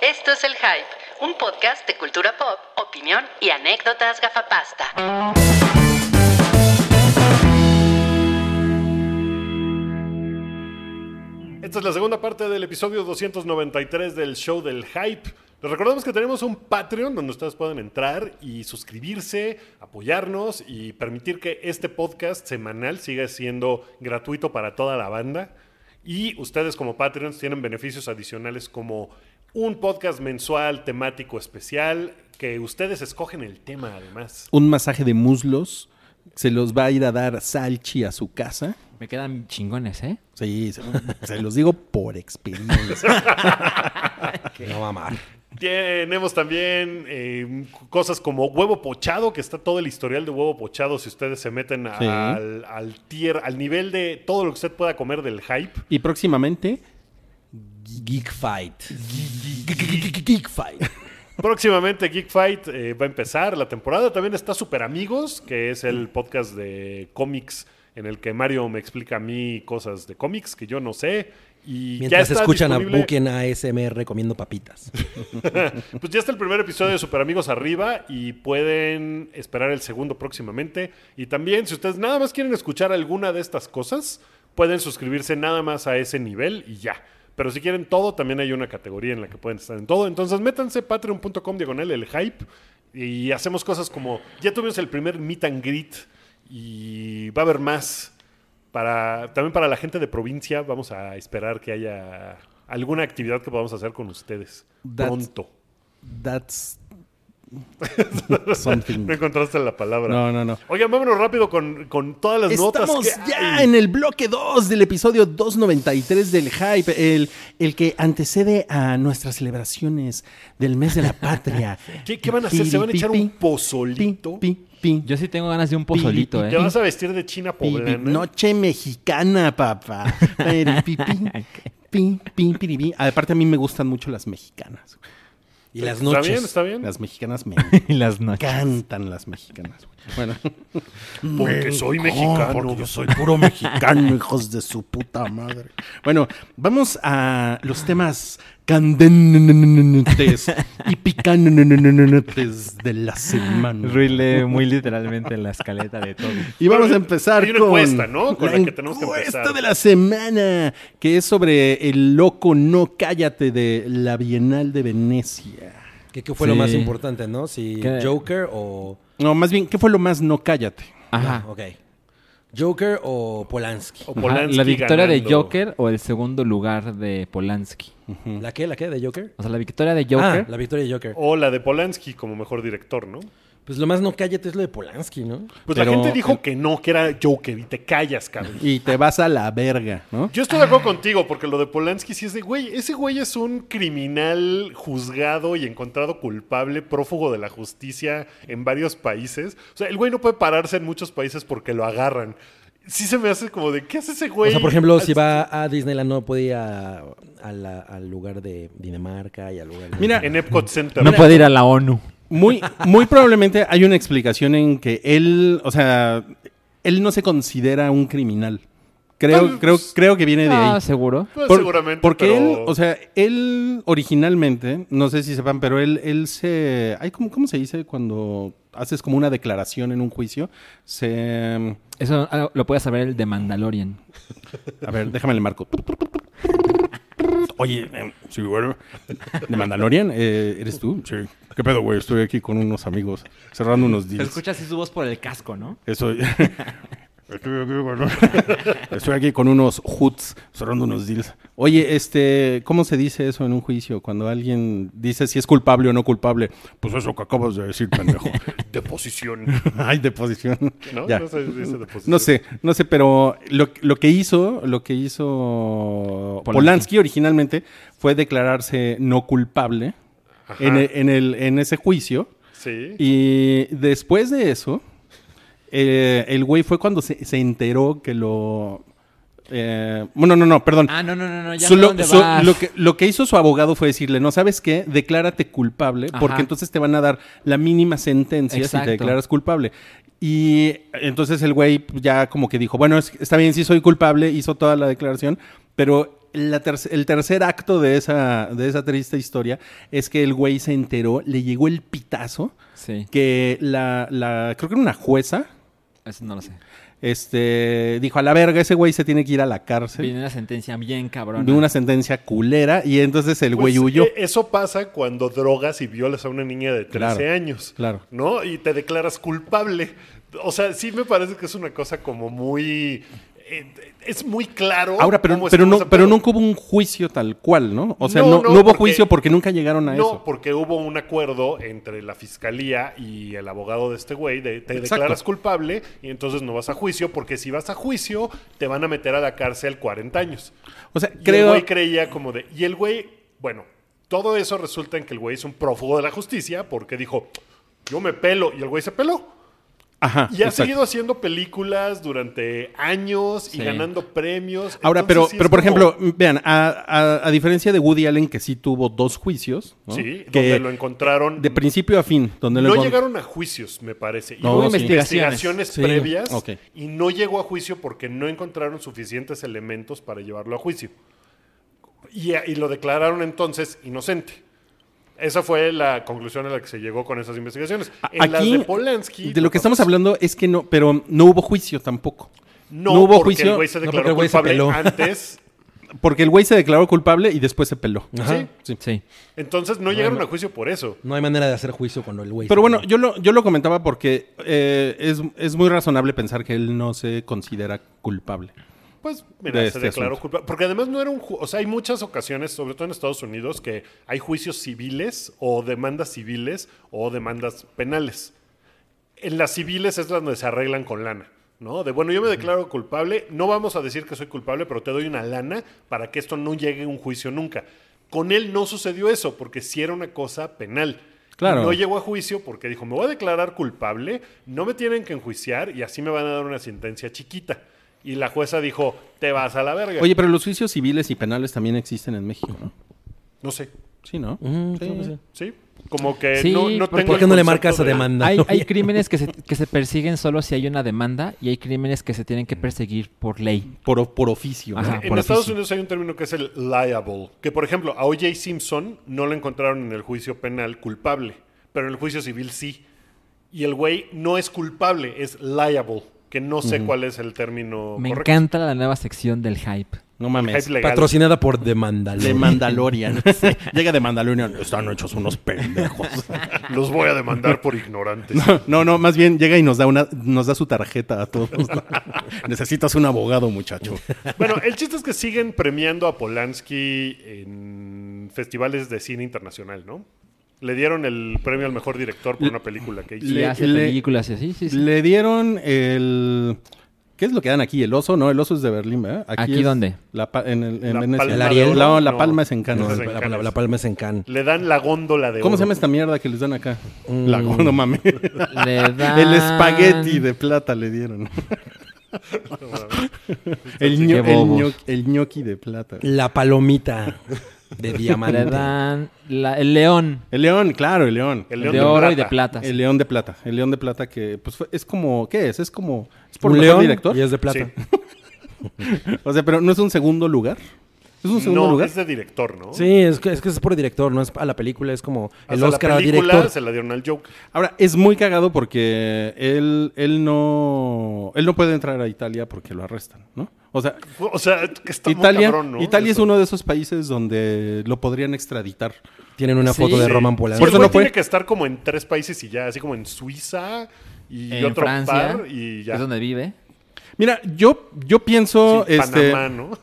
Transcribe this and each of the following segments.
Esto es El Hype, un podcast de cultura pop, opinión y anécdotas gafapasta. Esta es la segunda parte del episodio 293 del show del hype. Les recordamos que tenemos un Patreon donde ustedes pueden entrar y suscribirse, apoyarnos y permitir que este podcast semanal siga siendo gratuito para toda la banda. Y ustedes como Patreons tienen beneficios adicionales como un podcast mensual temático especial que ustedes escogen el tema además. un masaje de muslos. Se los va a ir a dar Salchi a su casa. Me quedan chingones, ¿eh? Sí, se, se los digo por experiencia. no mamar. Tenemos también eh, cosas como huevo pochado, que está todo el historial de huevo pochado si ustedes se meten a- Sí. al, al tier, al nivel de todo lo que usted pueda comer del hype. Y próximamente, Geek Fight. Geek Fight. Próximamente Geek Fight eh, va a empezar la temporada. También está Super Amigos, que es el podcast de cómics en el que Mario me explica a mí cosas de cómics que yo no sé. Y Mientras ya está escuchan disponible- a Buken ASMR comiendo papitas. Pues ya está el primer episodio de Super Amigos arriba y pueden esperar el segundo próximamente. Y también, si ustedes nada más quieren escuchar alguna de estas cosas, pueden suscribirse nada más a ese nivel y ya. Pero si quieren todo, también hay una categoría en la que pueden estar en todo. Entonces métanse patreon.com diagonal el hype y hacemos cosas como ya tuvimos el primer meet and greet y va a haber más. Para, también para la gente de provincia vamos a esperar que haya alguna actividad que podamos hacer con ustedes That's- pronto. That's something. No encontraste la palabra. No, no, no. Oigan, vámonos rápido con, con todas las Estamos notas. que ya hay. en el bloque 2 del episodio 293 del Hype, el, el que antecede a nuestras celebraciones del mes de la patria. ¿Qué, qué van a hacer? ¿Se van a echar un pozolito? Pi, pi, pi. Yo sí tengo ganas de un pozolito, pi, ¿Te ¿eh? vas a vestir de china Pi, pi, poblana? noche mexicana, papá. Piri, pi, pi, pi, pi, piribí. Aparte, a mí me gustan mucho las mexicanas. Y las ¿Está noches. bien? ¿Está bien? Las mexicanas me Y las noches. encantan las mexicanas. güey. Bueno, Porque soy mexicano. porque yo soy puro mexicano, hijos de su puta madre. Bueno, vamos a los temas candentes y picantes de la semana. Ruile muy literalmente en la escaleta de todo. Y vamos Pero a empezar hay una con encuesta, ¿no? Con la la que tenemos que encuesta empezar. de la semana, que es sobre el loco no cállate de la Bienal de Venecia. ¿Qué, qué fue lo Sí. más importante, no? Si ¿Qué? Joker o. No, más bien, ¿qué fue lo más no cállate? Ajá. Ah, ok. Joker o Polanski. O Ajá, Polanski La victoria de ganando. Joker o el segundo lugar de Polanski. ¿La qué? ¿La qué? ¿De Joker? O sea, la victoria de Joker. Ah, la victoria de Joker. O la de Polanski como mejor director, ¿no? Pues lo más no cállate es lo de Polanski, ¿no? Pues la Pero- gente dijo que no, que era Joker y te callas, cabrón. Y te vas a la verga, ¿no? Yo estoy de acuerdo Ah. contigo, porque lo de Polanski sí es de, güey, ese güey es un criminal juzgado y encontrado culpable, prófugo de la justicia en varios países. O sea, el güey no puede pararse en muchos países porque lo agarran. Sí se me hace como de, ¿qué hace ese güey? O sea, por ejemplo, si Así- va a Disneyland no puede ir a- a la- al lugar de Dinamarca y al lugar de... Mira, En Epcot Center. no puede ir a la ONU. Muy, muy probablemente hay una explicación en que él, o sea, él no se considera un criminal. Creo, Tal- creo, creo que viene de ahí. Ah, seguro. Pues Por- seguramente, Porque pero- él, o sea, él originalmente, no sé si sepan, pero él, él se. Ay, ¿cómo, ¿Cómo se dice cuando haces como una declaración en un juicio? Se. Eso ah, lo puede saber el de Mandalorian. A ver, déjame le marco. Oye, em, sí, bueno. ¿De Mandalorian? Eh, ¿Eres tú? Sí. ¿Qué pedo, güey? Estoy aquí con unos amigos cerrando unos días. así su voz por el casco, ¿no? Estoy, estoy, aquí con, estoy aquí con unos hoots, cerrando unos deals. Oye, este, ¿cómo se dice eso en un juicio? Cuando alguien dice si es culpable o no culpable. Pues eso que acabas de decir, pendejo. Deposición. Ay, deposición. ¿No? Ya. No sé si dice deposición. No sé, no sé, pero lo, lo que hizo, lo que hizo Polanski, originalmente fue declararse no culpable Ajá. en, el- en el, en ese juicio. Sí. Y después de eso, eh, el güey fue cuando se, se enteró que lo... eh, bueno, no, no, perdón. Ah, no, no, no, no. Ya Su- sé lo, dónde su- vas. lo que, lo que hizo su abogado fue decirle, no, ¿sabes qué? Declárate culpable porque Ajá. entonces te van a dar la mínima sentencia si Exacto. te declaras culpable. Y entonces el güey ya como que dijo, bueno, es- está bien, sí soy culpable, hizo toda la declaración, pero la terc- el tercer acto de esa, de esa triste historia es que el güey se enteró, le llegó el pitazo Sí, que la, la creo que era una jueza, eso no lo sé. este, dijo a la verga, ese güey se tiene que ir a la Viene cárcel una sentencia bien cabrona. de una sentencia culera y entonces el güey Pues, huyó. eh, Eso pasa cuando drogas y violas a una niña de 13 Claro, años. claro. ¿No? Y te declaras culpable. O sea, sí me parece que es una cosa como muy. eh, es muy claro. Ahora, pero, cómo pero, estuvo no, ese pero pedo. nunca hubo un juicio tal cual, ¿no? O sea, No, no, no, no hubo porque- juicio porque nunca llegaron a No, eso. porque hubo un acuerdo entre la fiscalía y el abogado de este güey de te Exacto. declaras culpable y entonces no vas a juicio porque si vas a juicio te van a meter a la cárcel 40 años. O sea, Y el creo... güey creía como de. Y el güey, bueno, todo eso resulta en que el güey es un prófugo de la justicia porque dijo, yo me pelo. Y el güey se peló. Ajá, Y ha exacto. seguido haciendo películas durante años y Sí. ganando premios. Ahora, Entonces, pero, sí es pero por como- ejemplo, vean, a, a- a diferencia de Woody Allen, que sí tuvo dos juicios, ¿no? Sí, que donde lo encontraron. de principio a fin, donde lo no encont- llegaron a juicios, me parece. Y No, hubo sí. investigaciones Sí, previas ok. y no llegó a juicio porque no encontraron suficientes elementos para llevarlo a juicio. Y, eh, y lo declararon entonces inocente. Esa fue la conclusión a la que se llegó con esas investigaciones. En las Aquí, de Polanski. de lo que no estamos pasó. hablando es que no, pero no hubo juicio tampoco. No, no hubo porque juicio, el güey se no, declaró porque el güey se culpable peló. Ah, antes. Porque el güey se declaró culpable y después se peló. Ajá. Sí. Sí. Entonces no llegaron a juicio por eso. No hay manera de hacer juicio cuando el güey. Pero se- bueno, yo lo, yo lo comentaba porque eh, es, es muy razonable pensar que él no se considera culpable. Pues, mira, de se este declaró asunto. culpable. Porque además no era un... ju- O sea, hay muchas ocasiones, sobre todo en Estados Unidos, que hay juicios civiles o demandas civiles o demandas penales. En las civiles es donde se arreglan con lana, ¿no? De, bueno, yo me declaro culpable, no vamos a decir que soy culpable, pero te doy una lana para que esto no llegue a un juicio nunca. Con él no sucedió eso, porque sí era una cosa penal. Claro. No llegó a juicio porque dijo, me voy a declarar culpable, no me tienen que enjuiciar y así me van a dar una sentencia chiquita. Y la jueza dijo, te vas a la verga. Oye, pero los juicios civiles y penales también existen en México, ¿no? no sé, Sí, ¿no? Ujú, Sí. creo que Mm, sí. ¿sí? Como que Sí, no, no ¿por tengo ¿Por el qué no le concepto marcas a de- demanda? Hay, no? hay crímenes que se, que se persiguen solo si hay una demanda y hay crímenes que se tienen que perseguir por ley. Por, por oficio. Ajá. ¿no? En por Estados oficio. Unidos hay un término que es el liable, que por ejemplo a O.J. Simpson no lo encontraron en el juicio penal culpable, pero en el juicio civil sí. Y el güey no es culpable, es liable, que no sé cuál es el término Me Oh, correcto. encanta la nueva sección del hype. No mames. Hype legal. Patrocinada por The Mandalorian. De Mandalorian. Sí. Llega de Mandalorian. Están hechos unos pendejos. Los voy a demandar por ignorantes. No, no, más bien llega y nos da una, nos da su tarjeta a todos. Necesitas un abogado, muchacho. Bueno, el chiste es que siguen premiando a Polanski en festivales de cine internacional, ¿no? Le dieron el premio al mejor director por una película que hizo. Y Le- hace le- películas y así. Sí, sí. Le dieron el. ¿Qué es lo que dan aquí? El oso, ¿no? El oso es de Berlín, ¿verdad? ¿Aquí es dónde? La pa- en el, en La Venecia. Palma ¿El Ariel? de Oro, No, la no. palma es en Cannes. No, Entonces, en la, la- la Cannes. palma es en Cannes. Le dan la góndola de ¿Cómo se oro. llama esta mierda que les dan acá? Mm. La no mames. Le dan- El espagueti de plata le dieron. el, ño- el bobos. ño- el ñoqui de plata. La palomita de Le diamante. dan la- el león El león, claro, el león. El león de oro y de plata. plata. sí. El León de Plata. El León de Plata que, pues, fue- es como, ¿qué es? Es como, es por Un mejor león director. y es de plata. Sí. O sea, pero no es un segundo lugar. Es un segundo No, lugar. es de director, ¿no? Sí, es que, es que es por director, no es a la película, es como Hasta el Oscar la a película director. se la dieron al Joker. Ahora, es muy cagado porque él, él no, él no puede entrar a Italia porque lo arrestan, ¿no? O sea, O sea, que está muy Italia, cabrón, ¿no? Italia es Eso. uno de esos países donde lo podrían extraditar. Tienen una Sí. foto de Sí. Roman Sí, Polanski. Por el eso güey no fue. tiene que estar como en tres países y ya, así como en Suiza y en otro Francia. par y Es ya. donde vive. Mira, yo, yo pienso, Sí, este, Panamá, ¿no?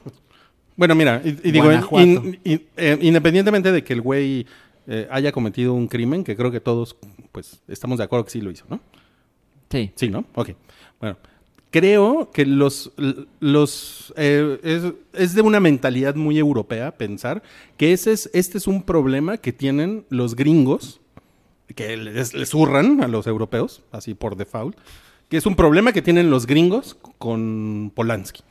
Bueno, mira, y, y digo, Guanajuato. in- in- eh, independientemente de que el güey eh, haya cometido un crimen, que creo que todos, pues, estamos de acuerdo que sí lo hizo, ¿no? Sí. Sí, ¿no? Ok. Bueno, creo que los, l- los eh, es, es de una mentalidad muy europea pensar que ese es, este es un problema que tienen los gringos, que les, les zurran a los europeos, así por default, que es un problema que tienen los gringos con Polanski,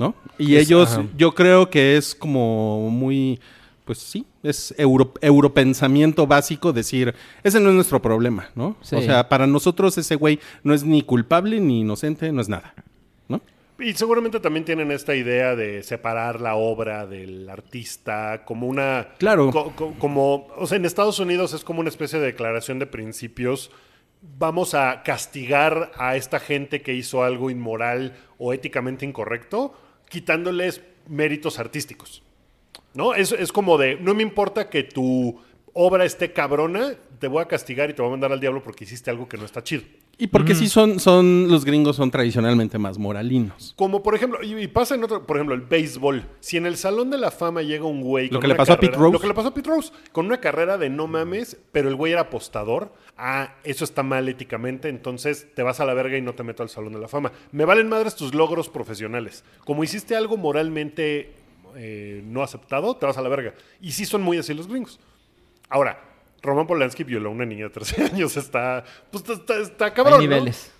¿no? Y Es- ellos, ajá. yo creo que es como muy... Pues sí, es euro- europensamiento básico decir, ese no es nuestro problema, ¿no? Sí. O sea, para nosotros ese güey no es ni culpable ni inocente, no es nada. ¿No? Y seguramente también tienen esta idea de separar la obra del artista como una... Claro. co- co- como, o sea, en Estados Unidos es como una especie de declaración de principios. Vamos a castigar a esta gente que hizo algo inmoral o éticamente incorrecto, quitándoles méritos artísticos. ¿No? Es, es como de, no me importa que tu obra esté cabrona, te voy a castigar y te voy a mandar al diablo porque hiciste algo que no está chido. Y porque sí son, son, los gringos son tradicionalmente más moralinos. Como por ejemplo, y, y pasa en otro, por ejemplo, el béisbol. Si en el Salón de la Fama llega un güey. Lo con que le una pasó a carrera- Pete Rose. Lo que le pasó a Pete Rose. Con una carrera de no mames, pero el güey era apostador. Ah, eso está mal éticamente, entonces te vas a la verga y no te meto al Salón de la Fama. Me valen madres tus logros profesionales. Como hiciste algo moralmente eh, no aceptado, te vas a la verga. Y sí son muy así los gringos. Ahora, Roman Polanski violó a una niña de 13 años. Está. Pues está, está, está cabrón. Hay ¿no? niveles.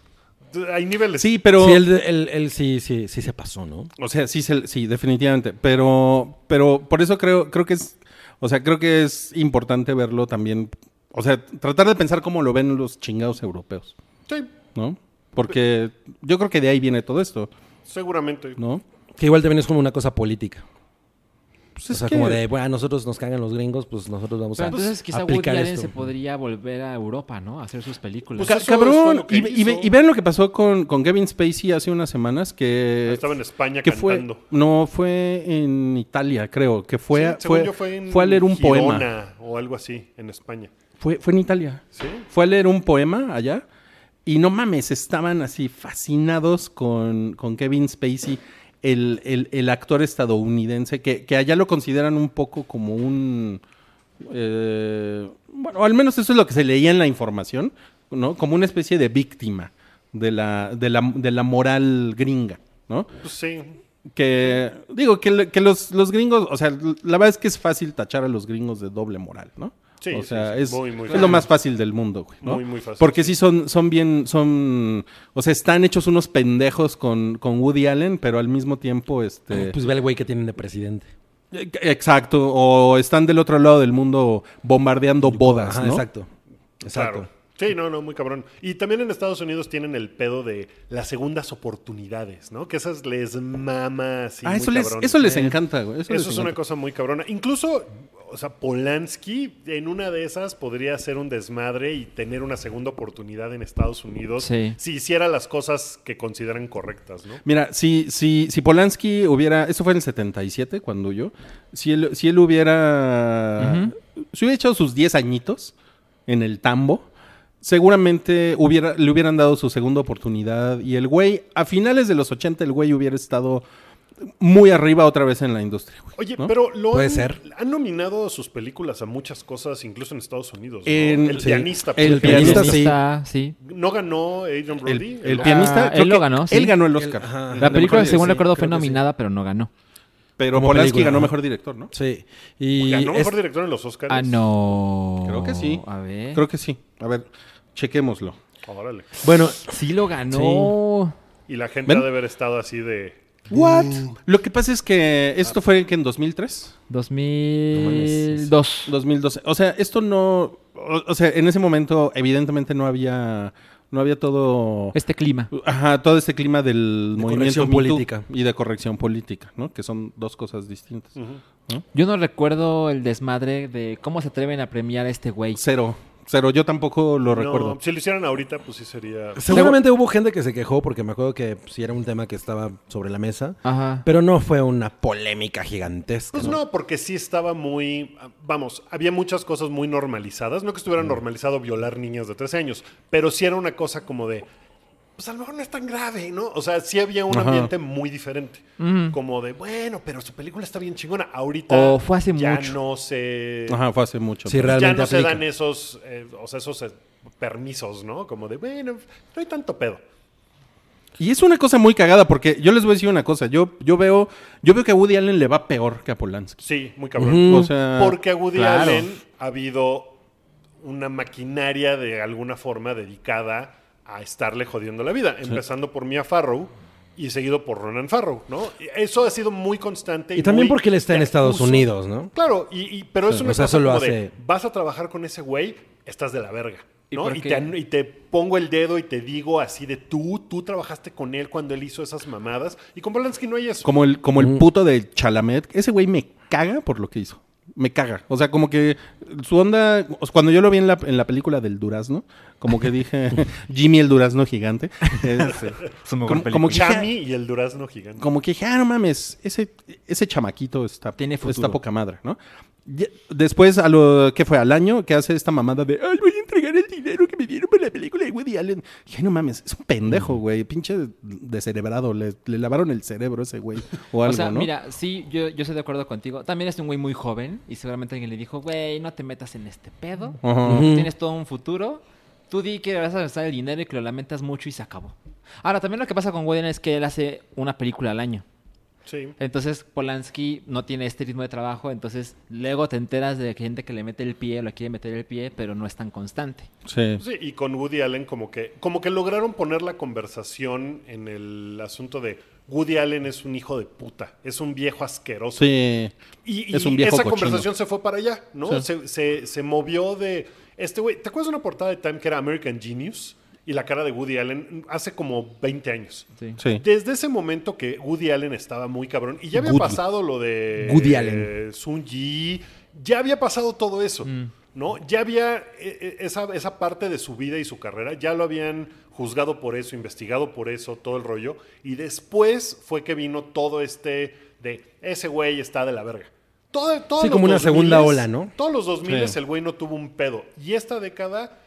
Hay niveles. Sí, pero... Sí, él, él- él sí, sí, sí se pasó, ¿no? O sea, sí, se- sí, definitivamente. Pero, pero por eso creo, creo que es, o sea, creo que es importante verlo también. O sea, tratar de pensar cómo lo ven los chingados europeos, Sí, ¿no? Porque yo creo que de ahí viene todo esto, seguramente. ¿no? Que igual también es como una cosa política. Pues O es sea, que- como de, bueno, a nosotros nos cagan los gringos, pues nosotros vamos Pero a entonces quizá Woody aplicar Allen esto. se podría volver a Europa, ¿no? A hacer sus películas. Pues Ca- eso fue cabrón, lo que y, ve- y ve- hizo. y vean lo que pasó con, con Kevin Spacey hace unas semanas que... Ah, Estaba en España que eh, fue, cantando. no, fue en Italia, creo, que Sí, fue, según fue, yo fue en fue a leer un poema. Girona o algo así en España. Fue, fue en Italia. ¿Sí? Fue a leer un poema allá y no mames, estaban así fascinados con, con Kevin Spacey, el, el- el actor estadounidense, que, que allá lo consideran un poco como un... eh, bueno, al menos eso es lo que se leía en la información, ¿no? Como una especie de víctima de la, de la, de la moral gringa, ¿no? Pues sí. Que digo que, le- que los, los gringos, o sea, la verdad es que es fácil tachar a los gringos de doble moral, ¿no? Sí, o sí, sea, sí, es, muy, muy es fácil. lo más fácil del mundo, güey. ¿no? Muy, muy fácil, Porque sí son, son bien, son, o sea, están hechos unos pendejos con, con Woody Allen, pero al mismo tiempo, este, Pues ve al güey que tienen de presidente. eh, exacto, o están del otro lado del mundo bombardeando bodas, Pues, Ajá, ¿no? Exacto. Exacto. Claro. Sí, no, no, muy cabrón. Y también en Estados Unidos tienen el pedo de las segundas oportunidades, ¿no? Que esas les mama así. ah, muy eso les, cabrón. eso les Eh, encanta, güey. Eso, Eso, les es una encanta. cosa muy cabrona. Incluso, o sea, Polanski en una de esas podría hacer un desmadre y tener una segunda oportunidad en Estados Unidos Sí. si hiciera las cosas que consideran correctas, ¿no? Mira, si, si, si Polanski hubiera, eso fue en el 77 cuando yo, si él, si él hubiera, si hubiera echado sus 10 añitos en el tambo, seguramente hubiera, le hubieran dado su segunda oportunidad y el güey, a finales de los 80 el güey hubiera estado muy arriba otra vez en la industria. güey, Oye, ¿no? pero lo Puede han, ser. han nominado sus películas a muchas cosas, incluso en Estados Unidos. ¿no? En- el sí. pianista. por El ejemplo. pianista, sí. Pianista, sí. No ganó Adrian el, Brody. el ¿no? pianista, Ah, creo él lo que ganó, sí. Él ganó el Oscar. ajá. De La película, mejor según sí, recuerdo, fue creo que sí. nominada, pero no ganó. Pero como Polanski película, ganó ¿no? mejor director, ¿no? Sí. Y ganó es- mejor director en los Oscars. Ah, no. Creo que sí. A ver. Creo que sí. A ver, chequémoslo. Órale. bueno, Sí lo ganó. Y la gente ¿Ven? ha de haber estado así de. What? Mm. Lo que pasa es que esto fue que en 2003. 2002. 2012. O sea, esto no. O, o sea, en ese momento, evidentemente, no había. No había todo. Este clima. Ajá, todo este clima del De movimiento corrección Me Too política. y de corrección política, ¿no? Que son dos cosas distintas. Yo no recuerdo el desmadre de cómo se atreven a premiar a este güey. Cero, cero. Yo tampoco lo No, recuerdo. si lo hicieran ahorita, pues sí sería. seguramente hubo gente que se quejó porque me acuerdo que pues, sí era un tema que estaba sobre la mesa, Ajá. pero no fue una polémica gigantesca. Pues ¿no? no, porque sí estaba muy. Vamos, había muchas cosas muy normalizadas. No que estuviera normalizado violar niñas de 13 años, pero sí era una cosa como de. Pues a lo mejor no es tan grave, ¿no? O sea, sí había un Ajá. ambiente muy diferente. Ujú. Como de, bueno, pero su película está bien chingona. Ahorita. O fue hace ya mucho. no se. Ajá, fue hace mucho. Sí, tiempo. realmente ya no se aplica. dan esos, eh, o sea, esos eh, permisos, ¿no? Como de, bueno, no hay tanto pedo. Y es una cosa muy cagada porque yo les voy a decir una cosa. Yo, yo veo, yo veo que a Woody Allen le va peor que a Polanski. Sí, muy cabrón. O sea, Porque a Woody claro. Allen ha habido una maquinaria de alguna forma dedicada a estarle jodiendo la vida, empezando por Mia Farrow y seguido por Ronan Farrow, ¿no? Y Eso ha sido muy constante. Y también muy porque él está en de Estados acuso. Unidos, ¿no? Claro, y, y- pero es Sí. una O sea, cosa eso lo como de, hace- vas a trabajar con ese güey, estás de la verga. ¿Y ¿no? por Y, qué? te, anu- y te pongo el dedo y te digo así de tú, tú trabajaste con él cuando él hizo esas mamadas. Y con Polanski no hay eso. Como el, como el puto de Chalamet. Ese güey me caga por lo que hizo. Me caga. O sea, como que su onda. o sea, Cuando yo lo vi en la, en la película del Durazno, como que dije Jimmy el Durazno gigante. este, Es un como, mejor como que, Chami y el durazno gigante. como que dije, ah, no mames, ese, ese chamaquito está, Tiene está futuro. poca madre, ¿no? Ya- Después, a lo que fue al año, que hace esta mamada de ay, voy a entregar el dinero que me dieron para la película de Woody Allen. Dije, no mames, es un pendejo, güey, pinche descerebrado, le, le lavaron el cerebro a ese güey o algo, o sea, ¿no? mira, sí, yo, yo estoy de acuerdo contigo. También es un güey muy joven y seguramente alguien le dijo, güey, no te metas en este pedo. Ajá. Tienes todo un futuro. Tú di que vas a gastar el dinero y que lo lamentas mucho y se acabó. Ahora, también lo que pasa con Woody Allen es que él hace una película al año. Sí. Entonces Polanski no tiene este ritmo de trabajo, entonces luego te enteras de gente que le mete el pie o le quiere meter el pie, pero no es tan constante. Sí. Pues Sí, y con Woody Allen como que, como que lograron poner la conversación en el asunto de Woody Allen es un hijo de puta, es un viejo asqueroso. Sí. Y, y Es un viejo esa cochino. conversación se fue para allá, ¿no? Sí. Se, se- se movió de... Este güey, ¿te acuerdas de una portada de Time que era American Genius? Y la cara de Woody Allen hace como 20 años. Sí. Sí. Desde ese momento que Woody Allen estaba muy cabrón. Y ya había Woody. pasado lo de Woody Allen. eh, Sun Yi. Ya había pasado todo eso. ¿No? Ya había eh, eh, esa, esa parte de su vida y su carrera, ya lo habían juzgado por eso, investigado por eso, todo el rollo. Y después fue que vino todo este de ese güey está de la verga. Todo, todos Sí, los como una 2000s, segunda ola, ¿no? Todos los 2000 Sí. el güey no tuvo un pedo. Y esta década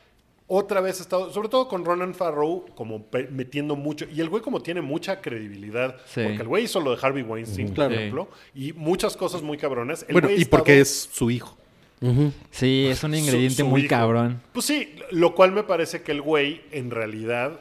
otra vez ha estado, sobre todo con Ronan Farrow, como pe- metiendo mucho. Y el güey como tiene mucha credibilidad, Sí. porque el güey hizo lo de Harvey Weinstein, por Claro. ejemplo, y muchas cosas muy cabronas. El Bueno, güey ha y porque estado- es su hijo. Sí, es un su- ingrediente su muy hijo. cabrón. Pues sí, lo cual me parece que el güey, en realidad,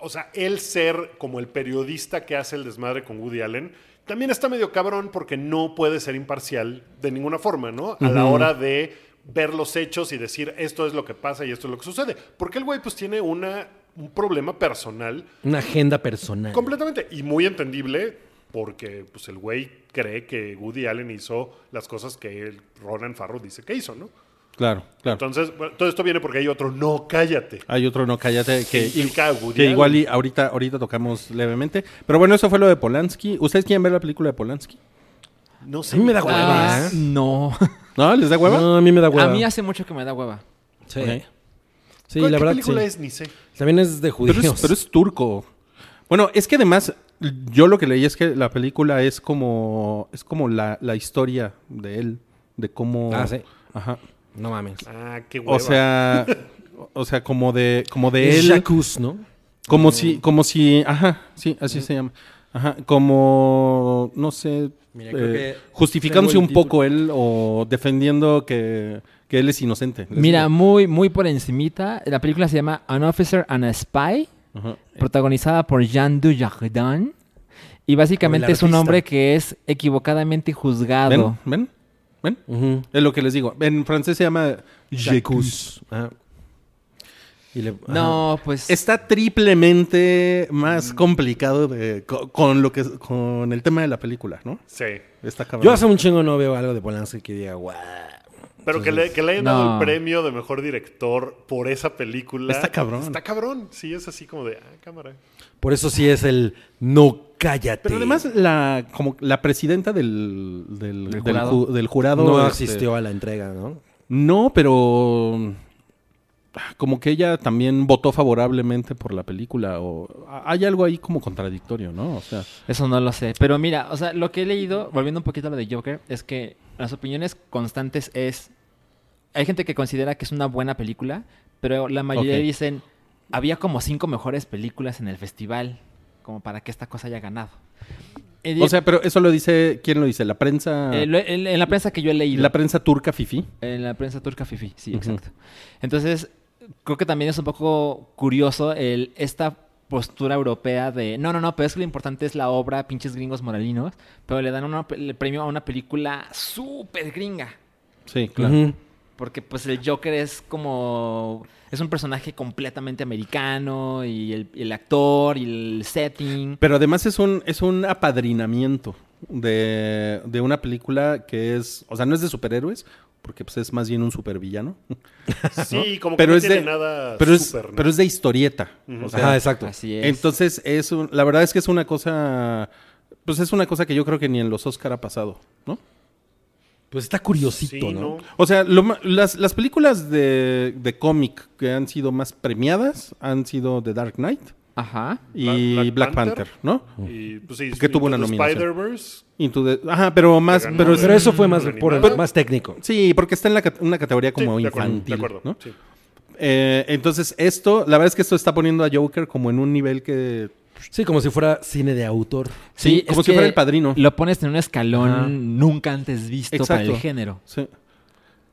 o sea, él ser como el periodista que hace el desmadre con Woody Allen, también está medio cabrón porque no puede ser imparcial de ninguna forma, ¿no? A la hora de ver los hechos y decir esto es lo que pasa y esto es lo que sucede. Porque el güey pues tiene una, un problema personal Una agenda personal. Completamente. Y muy entendible porque pues, el güey cree que Woody Allen hizo las cosas que el Ronan Farrow dice que hizo, ¿no? Claro, claro. Entonces, bueno, todo esto viene porque hay otro, no, cállate. Hay otro, no, cállate, Ah, que, Sí, chica, Woody que Allen. igual y ahorita, ahorita tocamos levemente. Pero bueno, eso fue lo de Polanski. ¿Ustedes quieren ver la película de Polanski? No sé. A mí me da hueva. Ah, ¿eh? no. ¿No? ¿Les da hueva? No, a mí me da hueva. A mí hace mucho que me da hueva. Sí, Ok. Sí, ¿Cuál- la qué verdad película sí. es? Ni sé. También es de judíos. Pero es, pero es turco. Bueno, es que además, yo lo que leí es que la película es como, es como la, la historia de él, de cómo... Ah, sí. Ajá. No mames. Ah, qué hueva. O sea, o sea, como de, como de Es él, Jacuz, ¿no? como si, como si, ajá, sí, así se llama. Ajá, como, no sé, Mira, creo eh, que justificándose tengo el un poco él o defendiendo que, que él es inocente. Les Mira, digo. muy, muy por encimita. La película se llama An Officer and a Spy, Ajá. protagonizada por Jean Dujardin. Y básicamente El es un artista. hombre que es equivocadamente juzgado. ¿Ven? ¿Ven? ¿Ven? Es lo que les digo. En francés se llama Jacuz. Jacuz. Ajá. Y le- ajá. No, pues... Está triplemente más complicado de, co- con, lo que con el tema de la película, ¿no? Sí. Está Yo cabrón. hace un chingo no veo algo de Polanski que diga, guau. Pero que le, que le hayan dado No. el premio de mejor director por esa película. Está cabrón. Está cabrón. Sí, es así como de, ah, cámara. Por eso sí es el no cállate. Pero además la como la presidenta del del, del ju- del jurado? jurado, no este, asistió a la entrega, ¿no? No, pero ah, como que ella también votó favorablemente por la película o a- hay algo ahí como contradictorio, ¿no? O sea, Eso no lo sé. Pero mira, o sea, lo que he leído, volviendo un poquito a lo de Joker, es que las opiniones constantes es. Hay gente que considera que es una buena película, pero la mayoría Ok. dicen. Había como cinco mejores películas en el festival, como para que esta cosa haya ganado. Eh, o sea, pero eso lo dice quién lo dice, la prensa eh, lo- en, en la prensa que yo he leído. la prensa turca fifi. En la prensa turca fifi, sí, exacto. Entonces, creo que también es un poco curioso el, esta postura europea de no, no, no, pero es que lo importante es la obra, pinches gringos moralinos, pero le dan una pe- el premio a una película súper gringa. Sí, claro. Ujú. Porque pues el Joker es como... Es un personaje completamente americano y el, el actor y el setting. Pero además es un, es un apadrinamiento de, de una película que es, o sea, no es de superhéroes, porque pues, es más bien un supervillano. Sí, ¿no? como Pero que no es tiene de- nada pero, súper, es, ¿no? pero es de historieta. o sea, Ajá, exacto. Así es. Entonces, es un- la verdad es que es una cosa, pues es una cosa que yo creo que ni en los Oscar ha pasado, ¿no? Pues está curiosito, Sí, ¿no? ¿no? O sea, lo ma- las, las películas de, de cómic que han sido más premiadas han sido The Dark Knight Ajá. y Black, Black Panther, Panther. ¿no? Y, pues, sí, Que tuvo una Into the nominación. Spider-Verse. Into the- ajá, pero más, ganó pero, el- es- Pero eso fue más, por el- Pero- más técnico. sí, porque está en la cat- una categoría Sí, como de acuerdo, infantil, de acuerdo, ¿no? sí. Eh, entonces esto, la verdad es que esto está poniendo a Joker como en un nivel que Sí, como si fuera cine de autor. Sí, es como si que fuera El Padrino. Lo pones en un escalón Ajá. nunca antes visto para Exacto. el género. sí.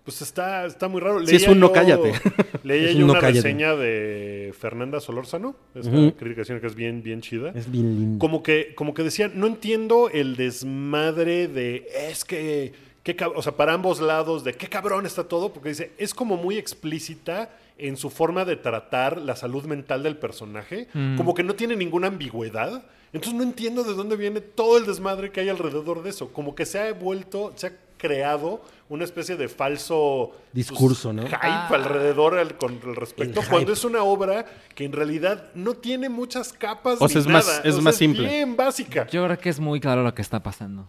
Pues está, está muy raro. Sí, es un no cállate. Leía Es un yo no una cállate. reseña de Fernanda Solórzano, esta crítica que es bien, bien chida. Es bien lindo. Como que, como que decían, no entiendo el desmadre de es que, qué cab- o sea, para ambos lados, de qué cabrón está todo, porque dice, es como muy explícita en su forma de tratar la salud mental del personaje, Mm. como que no tiene ninguna ambigüedad. Entonces no entiendo de dónde viene todo el desmadre que hay alrededor de eso. Como que se ha vuelto, se ha creado una especie de falso Discurso, ¿no? hype alrededor al, con el respecto El cuando hype. es una obra que en realidad no tiene muchas capas O ni sea, es más- nada. es más simple. bien básica. Yo creo que es muy claro lo que está pasando.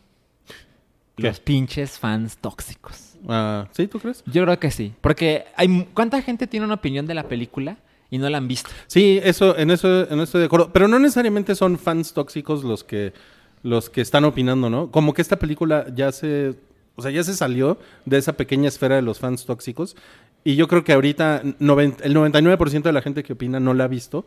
¿Qué? Los pinches fans tóxicos. Ah, ¿sí tú crees? Yo creo que sí. Porque hay mu- ¿cuánta gente tiene una opinión de la película y no la han visto? Sí, eso, en eso, en eso estoy de acuerdo. Pero no necesariamente son fans tóxicos los que, los que están opinando, ¿no? Como que esta película ya se, o sea, ya se salió de esa pequeña esfera de los fans tóxicos. Y yo creo que ahorita noven- el 99% de la gente que opina no la ha visto,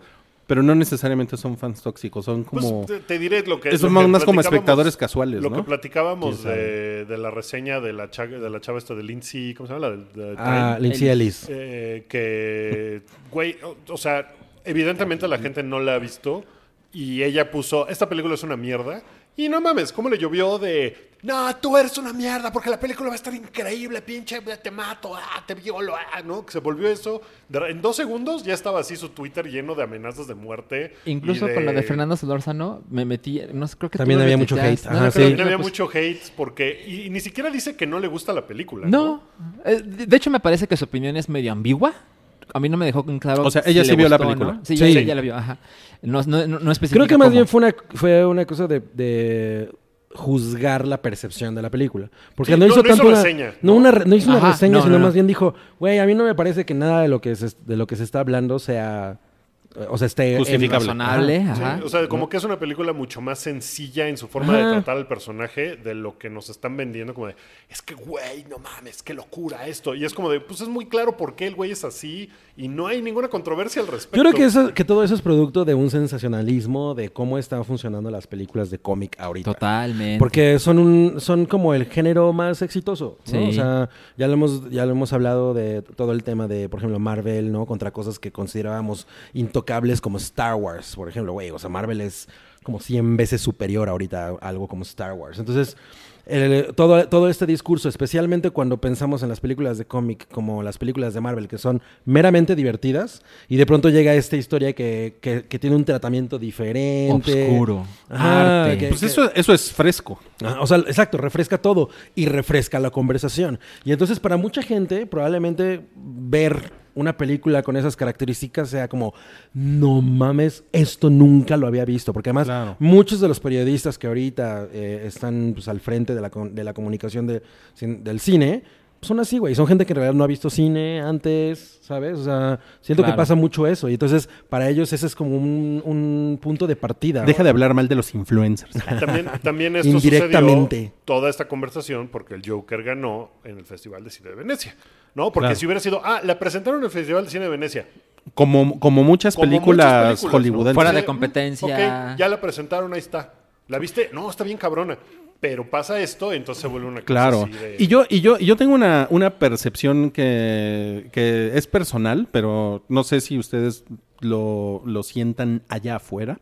pero no necesariamente son fans tóxicos, son Pues, como... te, te diré lo que Es lo más- que más como platicábamos- espectadores casuales, Lo ¿no? que platicábamos ¿Quién de, de la reseña de la, cha- de la chava esta de Lindsay, ¿cómo se llama? La de- de Ah, Time. Lindsay Ellis. Eh, que, güey, o, o sea, evidentemente la gente no la ha visto y ella puso, esta película es una mierda. Y no mames, ¿cómo le llovió de, no, tú eres una mierda porque la película va a estar increíble, pinche, te mato, ah, te violo, ah, ¿no? Que se volvió eso. De- en dos segundos ya estaba así su Twitter lleno de amenazas de muerte. y Incluso con la de Fernando Solórzano me metí, no sé, creo que tú También me había mucho tuiteaste. hate. Ajá, me acuerdo sí. También quién había me puso. mucho hate porque. Y, y ni siquiera dice que no le gusta la película. No. Eh, De de hecho, me parece que su opinión es medio ambigua. A mí no me dejó en claro. O sea, ella si sí le vio la gustó o no. película. Sí, Sí. Ella, ella la vio, ajá. No, no, no, no especifica Creo que más cómo. bien fue una, fue una cosa de, de juzgar la percepción de la película. Porque Sí, no, no- hizo no tanto hizo una, reseña, no, ¿no? una re- no hizo una Ajá, reseña, no, sino no, no. más bien dijo, güey, a mí no me parece que nada de lo que se, de lo que se está hablando sea, o sea, esté en- Justificable. razonable, Ajá. Sí, ajá. o sea, como que es una película mucho más sencilla en su forma Ajá. de tratar al personaje de lo que nos están vendiendo, como de, es que, güey, no mames, qué locura esto. Y es como de, pues es muy claro por qué el güey es así y no hay ninguna controversia al respecto. Yo creo que, eso, que todo eso es producto de un sensacionalismo de cómo están funcionando las películas de cómic ahorita. Totalmente. Porque son un, son como el género más exitoso. ¿no? Sí. O sea, ya lo hemos, ya lo hemos hablado de todo el tema de, por ejemplo, Marvel, ¿no? Contra cosas que considerábamos intocables como Star Wars, por ejemplo, güey. O sea, Marvel es como 100 veces superior ahorita a algo como Star Wars. Entonces, el- todo, todo este discurso, especialmente cuando pensamos en las películas de cómic, como las películas de Marvel, que son meramente divertidas, y de pronto llega esta historia que, que- que tiene un tratamiento diferente. Obscuro. Ajá, Arte. que- Pues que- eso, eso es fresco. Ajá, o sea, exacto, refresca todo y refresca la conversación. Y entonces para mucha gente probablemente ver una película con esas características sea como, no mames, esto nunca lo había visto. Porque además Claro. muchos de los periodistas que ahorita eh, están pues, al frente de la, com- de la comunicación de- cin- del cine, pues, son así, güey. Son gente que en realidad no ha visto cine antes, ¿sabes? O sea, siento que Claro. pasa mucho eso. Y entonces para ellos ese es como un, un punto de partida. Deja de hablar mal de los influencers. También, también esto Indirectamente. sucedió toda esta conversación porque el Joker ganó en el Festival de Cine de Venecia. ¿No? Porque Claro. si hubiera sido, ah, la presentaron en el Festival de Cine de Venecia. Como, como muchas Como películas, muchas películas, hollywoodenses. ¿no? Fuera Sí, de competencia. ok, ya la presentaron, ahí está. ¿La viste? No, está bien cabrona. Pero pasa esto, entonces se vuelve una cosa Claro. así de- Y yo, y yo, y yo tengo una, una percepción que, que es personal, pero no sé si ustedes lo, lo sientan allá afuera.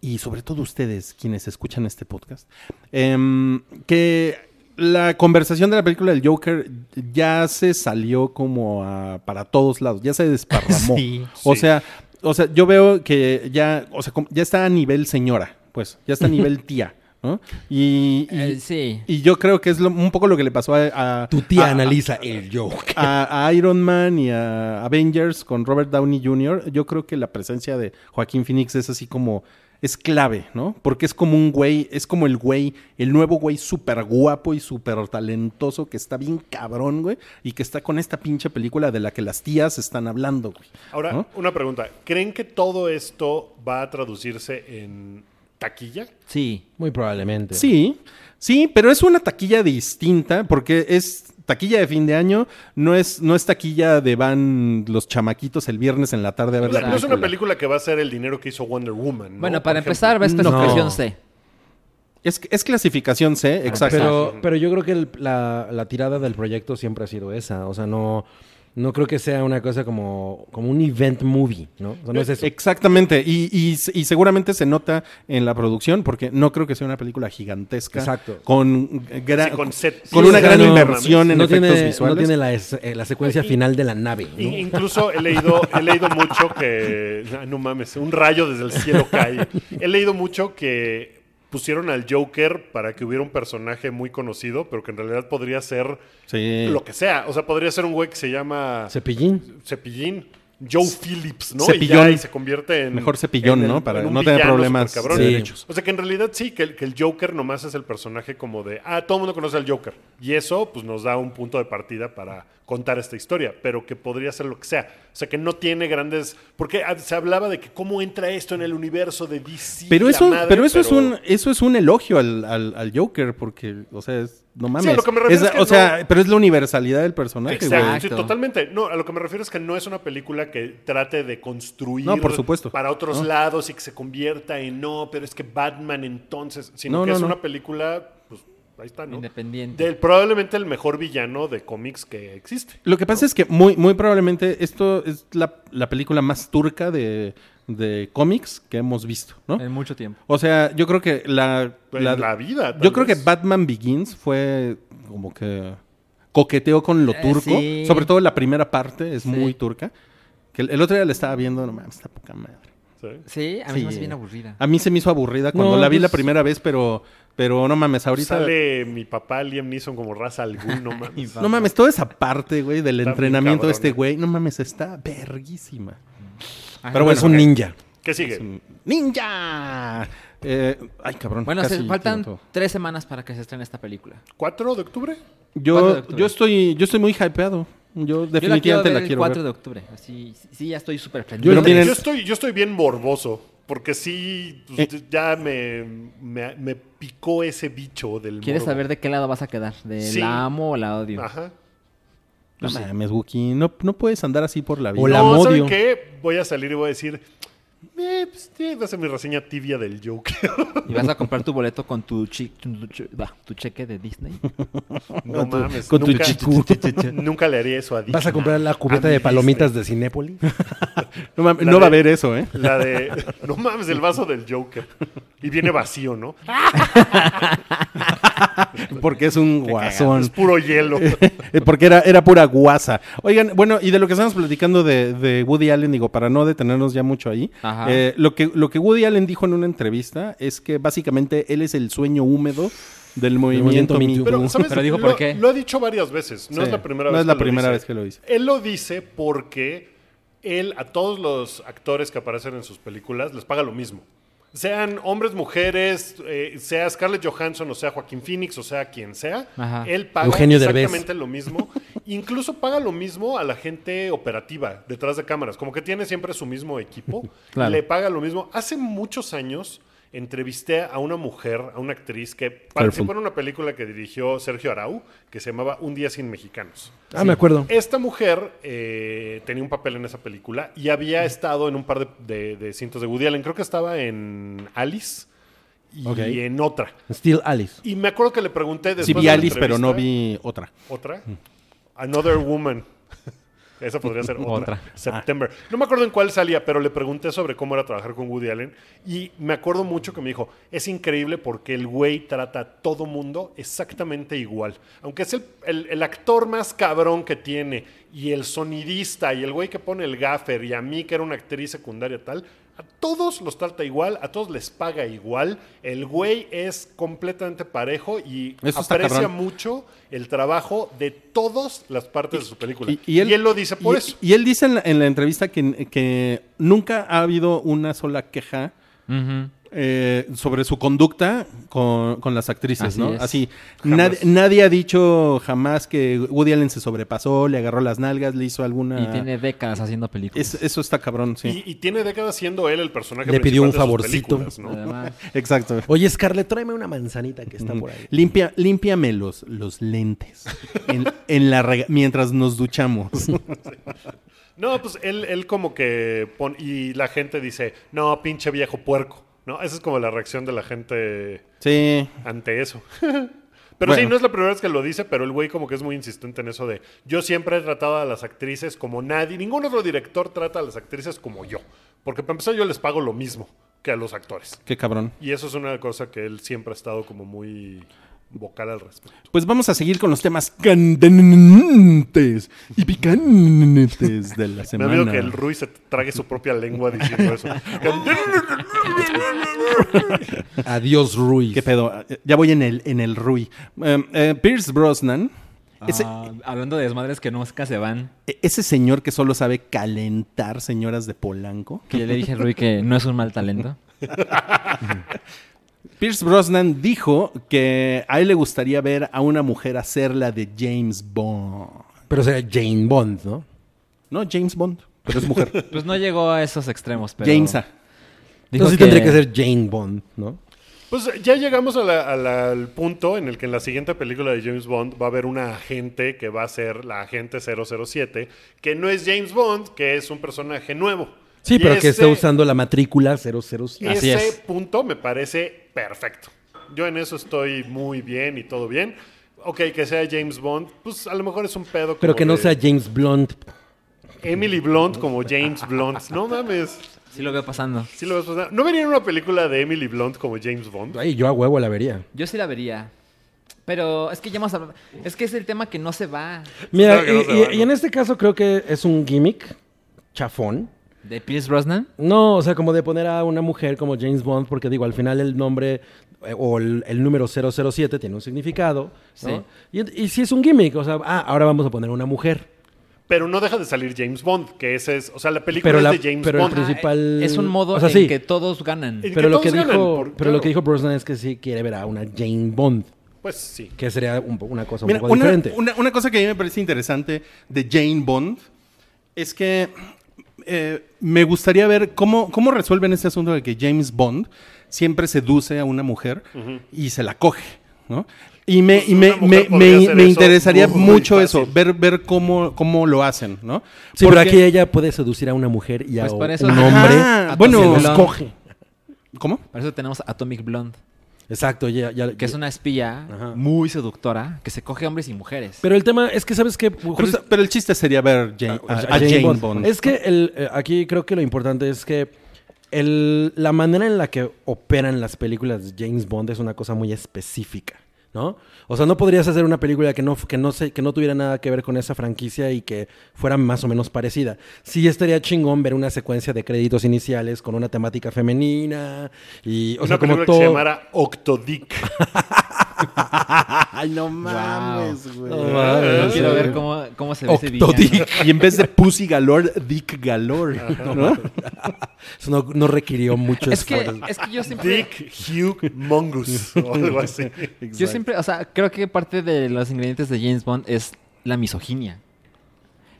Y sobre todo ustedes, quienes escuchan este podcast. Em, que la conversación de la película del Joker ya se salió como a- para todos lados, ya se desparramó. Sí. o Sí. sea, o sea, yo veo que ya, o sea, como- ya está a nivel señora, pues, ya está a nivel tía, ¿no? Y, y- Eh, sí. y yo creo que es lo- un poco lo que le pasó a... a- Tu tía a- analiza el joke. a, a Iron Man y a Avengers con Robert Downey Jr., yo creo que la presencia de Joaquín Phoenix es así como es clave, ¿no? Porque es como un güey, es como el güey, el nuevo güey súper guapo y súper talentoso que está bien cabrón, güey, y que está con esta pinche película de la que las tías están hablando, güey. Ahora, ¿no? una pregunta. ¿Creen que todo esto va a traducirse en taquilla? Pues Sí. Muy probablemente. Sí, sí, pero es una taquilla distinta porque es taquilla de fin de año, no es, no es taquilla de van los chamaquitos el viernes en la tarde a ver O sea, la no es una película. película que va a ser el dinero que hizo Wonder Woman. ¿no? Bueno, Por para ejemplo. empezar, ves No. clasificación C. Es, es clasificación C, exacto. Ah, Pero, pero yo creo que el- la, la tirada del proyecto siempre ha sido esa. O sea, no, no creo que sea una cosa como, como un event movie, ¿no? O sea, no es eso. Exactamente, y, y- y seguramente se nota en la producción, porque no creo que sea una película gigigantesca. Exacto. Con, gran- Sí, con set. con Sí, una o sea, gran no inversión en no efectos tiene, visuales. No tiene la, es- eh, la secuencia final de la nave. ¿no? I- Incluso he leído, he leído mucho que. ah, No mames, un rayo desde el cielo cae. He leído mucho que pusieron al Joker para que hubiera un personaje muy conocido, pero que en realidad podría ser Sí. lo que sea. O sea, podría ser un güey que se llama Cepillín. Cepillín. Joe Phillips, ¿no? Cepillón. Y, ya, y se convierte en. Mejor Cepillón, en ¿no? el- Para en un no tener villano problemas supercabrón. de Sí. derechos. O sea que en realidad sí, que el, que el Joker nomás es el personaje como de, ah, todo el mundo conoce al Joker. Y eso pues nos da un punto de partida para contar esta historia, pero que podría ser lo que sea. O sea que no tiene grandes... Porque ah, se hablaba de que cómo entra esto en el universo de DC. Pero la eso, madre, pero eso es pero- un, eso es un elogio al, al- al Joker, porque, o sea, es- no mames. lo que me refiero es que o sea, no- pero es la universalidad del personaje, güey. Exacto, sí, Exacto. totalmente. No, a lo que me refiero es que no es una película que trate de construir No, por supuesto. para otros No. lados y que se convierta en no, pero es que Batman entonces, sino No, que no, es no. una película, pues ahí está, ¿no? Independiente. Del, probablemente el mejor villano de cómics que existe. Lo que pasa es que muy, muy probablemente esto es la, la película más turca de, de cómics que hemos visto, ¿no? En mucho tiempo. O sea, yo creo que la... En Eh. Pues la vida, tal Yo creo que vez. Batman Begins fue como que coqueteó con lo Eh, turco. sí. Sobre todo la primera parte es Sí. muy turca. Que el, el otro día la estaba viendo, no mames, está poca madre. ¿sí? Sí, a Sí. mí se me hace bien aburrida. A mí se me hizo aburrida cuando No, la vi la pues- primera vez, pero, pero no mames, ahorita... Sale mi papá Liam Neeson como raza alguna, no mames. No mames, toda esa parte, güey, del Está bien entrenamiento de este cabrona. güey, no mames, está verguísima. Ajá. Pero bueno, es un ok. ninja. ¿Qué Es sigue? un ¡Ninja! Eh, ay, cabrón. Bueno, casi se- tiro faltan todo. tres semanas para que se estrene esta película. ¿4 de octubre? ¿Cuándo de Yo, octubre? yo, estoy, yo estoy muy hypeado. Yo Yo la quiero definitivamente ver la el quiero 4 ver. de octubre. Así, sí, ya estoy súper Yo prendido. no tienen- Yo estoy, yo estoy bien morboso, porque sí, pues, ya me, me, me picó ese bicho del ¿Quieres morbo. saber de qué lado vas a quedar? ¿De Sí. la amo o la Ah. odio? Ajá. No mames, Wookie, no, no puedes andar así por la vida. O la no, modio. ¿saben qué? Voy a salir y voy a decir, eh, pues, sí, voy a hacer mi reseña tibia del Joker. Y vas a comprar tu boleto con tu, chi- tu, tu- bah, tu cheque de Disney. No tu- mames, con tu nunca, chichu. nunca le haría eso a Disney. ¿Vas a comprar Ah, la cubeta A mí de palomitas de Cinépolis? No, mames, La no va a de- haber eso, ¿eh? La de, no mames, el vaso del Joker. Y viene vacío, ¿no? Porque es un Es guasón. puro hielo. Eh, Porque era, era pura guasa. Oigan, bueno, y de lo que estamos platicando de, de Woody Allen, digo, para no detenernos ya mucho ahí, Ajá. eh, lo, que, lo que Woody Allen dijo en una entrevista es que básicamente él es el sueño húmedo del movimiento, movimiento Me Me Too. Too. Pero, ¿sabes? Pero digo, lo, ¿por qué? lo ha dicho varias veces. No Sí, es la primera, no vez, es la que primera lo dice. vez que lo dice. Él lo dice porque él a todos los actores que aparecen en sus películas les paga lo mismo. Sean hombres, mujeres, eh, sea Scarlett Johansson, o sea Joaquín Phoenix, o sea quien sea, Ajá. él paga Eugenio Derbez. exactamente lo mismo. Incluso paga lo mismo a la gente operativa detrás de cámaras. Como que tiene siempre su mismo equipo. Claro. Le paga lo mismo. Hace muchos años entrevisté a una mujer, a una actriz que participó en una película que dirigió Sergio Arau, que se llamaba Un día sin mexicanos. Ah, me acuerdo. Esta mujer eh, tenía un papel en esa película y había Mm. estado en un par de, de- de cintos de Woody Allen. Creo que estaba en Alice y Ok. en otra. Still Alice. Y me acuerdo que le pregunté después Sí de vi la Alice, pero no entrevista- vi otra. ¿Otra? Another Woman. Esa podría ser otra. Otra. September. No me acuerdo en cuál salía, pero le pregunté sobre cómo era trabajar con Woody Allen. Y me acuerdo mucho que me dijo, es increíble porque el güey trata a todo mundo exactamente igual. Aunque es el, el- el actor más cabrón que tiene, y el sonidista, y el güey que pone el gaffer, y a mí que era una actriz secundaria tal, A todos los trata igual, a todos les paga igual. El güey es completamente parejo y Eso está aprecia cabrón. mucho el trabajo de todas las partes de su película. Y, Y, y él, él lo dice por y- eso. Y él dice en la, en la entrevista que, que nunca ha habido una sola queja eh, sobre su conducta con, con las actrices, Así ¿no? es. Así. Jamás. Nadie, nadie ha dicho jamás que Woody Allen se sobrepasó, le agarró las nalgas, le hizo alguna. Y tiene décadas haciendo películas. Es- eso está cabrón, Y, sí. y tiene décadas siendo él el personaje Le pidió principal un de sus favorcito. películas, ¿no? Además, Exacto. Oye, Scarlett, tráeme una manzanita que está por ahí. Limpia, límpiame los, los lentes en, en la rega- mientras nos duchamos. No, pues él, él como que pon- y la gente dice, no, pinche viejo puerco. ¿No? Esa es como la reacción de la gente Sí. ante eso. Pero sí, Bueno. no es la primera vez que lo dice, pero el güey como que es muy insistente en eso de yo siempre he tratado a las actrices como nadie, ningún otro director trata a las actrices como yo, porque para empezar yo les pago lo mismo que a los actores. Qué cabrón. Y eso es una cosa que él siempre ha estado como muy vocal al respecto. Pues vamos a seguir con los temas candentes y picantes de la Me semana. da miedo que el Ruiz se trague su propia lengua diciendo eso. Adiós, Ruiz. ¿Qué pedo? Ya voy en el, en el Rui. Em, eh, Pierce Brosnan, ese, e, ah, hablando de desmadres que nunca se van. ese señor que solo sabe calentar señoras de Polanco. Que yo le dije a Rui que no es un mal talento. Pierce Brosnan dijo que a él le gustaría ver a una mujer hacer la de James Bond. Pero será Jane Bond, ¿no? No, James Bond, pero es mujer. Pues no llegó a esos extremos, pero. Jamesa. dijo Entonces sí tendría que ser Jane Bond, ¿no? Pues ya llegamos a la- a la- al punto en el que en la siguiente película de James Bond va a haber una agente que va a ser la agente 007, que no es James Bond, que es un personaje nuevo. Sí, Y este pero que esté ese- usando la matrícula 007. Así ese es. punto me parece perfecto. Yo en eso estoy muy bien y todo bien. Ok, que sea James Bond, pues a lo mejor es un pedo como Pero que no de sea James Blunt. Emily Blunt como James Blunt. No mames. Sí lo veo pasando. Sí lo vas a pasar. ¿No venía una película de Emily Blunt como James Bond? Ay, yo a huevo la vería. Yo sí la vería. Pero es que ya hemos hablado. Es que es el tema que no se va. Mira, Claro que no y- se y- va, ¿no? y en este caso creo que es un gimmick chafón. ¿De Pierce Brosnan? No, o sea, como de poner a una mujer como James Bond, porque digo, al final el nombre eh, o el, el número 007 tiene un significado. ¿no? Sí. Y, y sí es un gimmick, o sea, ah, ahora vamos a poner una mujer. Pero no deja de salir James Bond, que ese es. O sea, la película Pero, es la- de James pero el Bond. principal... Es un modo o sea, en sí, que todos ganan. En que pero, lo todos que dijo, ganan, por- pero lo claro. que dijo Brosnan es que sí quiere ver a una Jane Bond, Pues sí. que sería un po- una cosa un Mira, poco una, diferente. una- una cosa que a mí me parece interesante de Jane Bond es que eh, me gustaría ver cómo, cómo resuelven este asunto de que James Bond siempre seduce a una mujer y se la coge, ¿no? Y me, Pues y me, una mujer me- me- podría hacer me eso interesaría muy mucho fácil. eso, ver, ver cómo, cómo lo hacen, ¿no? Sí, pero Porque- aquí ella puede seducir a una mujer y a Pues un para hombre. eso- Ajá, a- bueno, se Ah, los Blonde. coge. ¿Cómo? Para eso tenemos Atomic Blonde, Exacto, ya, ya- que es una espía Ajá. muy seductora que se coge hombres y mujeres. Pero el tema es que, ¿sabes qué? Pero, Justa- pero el chiste sería ver Jane- Eh, a, a- a Jane, Bond. Ah, Es que el, eh, aquí creo que lo importante es que el- la manera en la que operan las películas de James Bond es una cosa muy específica. ¿No? O sea, no podrías hacer una película que no, f- que, no se- que no tuviera nada que ver con esa franquicia y que fuera más o menos parecida. Sí estaría chingón ver una secuencia de créditos iniciales con una temática femenina y, o una sea, como película todo... Ah, que se llamara Octodick. Ay, no mames, güey. No mames, Yo quiero sí. ver cómo, cómo se ve ese villano. Octodick. Y en vez de Pussy Galore, Dick Galore. ¿no? Eso no, no requirió mucho Es que, esfuerzo. es que yo siempre... Dick Hugh Mongoose o algo así. Yo siempre, o sea, creo que parte de los ingredientes de James Bond es la misoginia.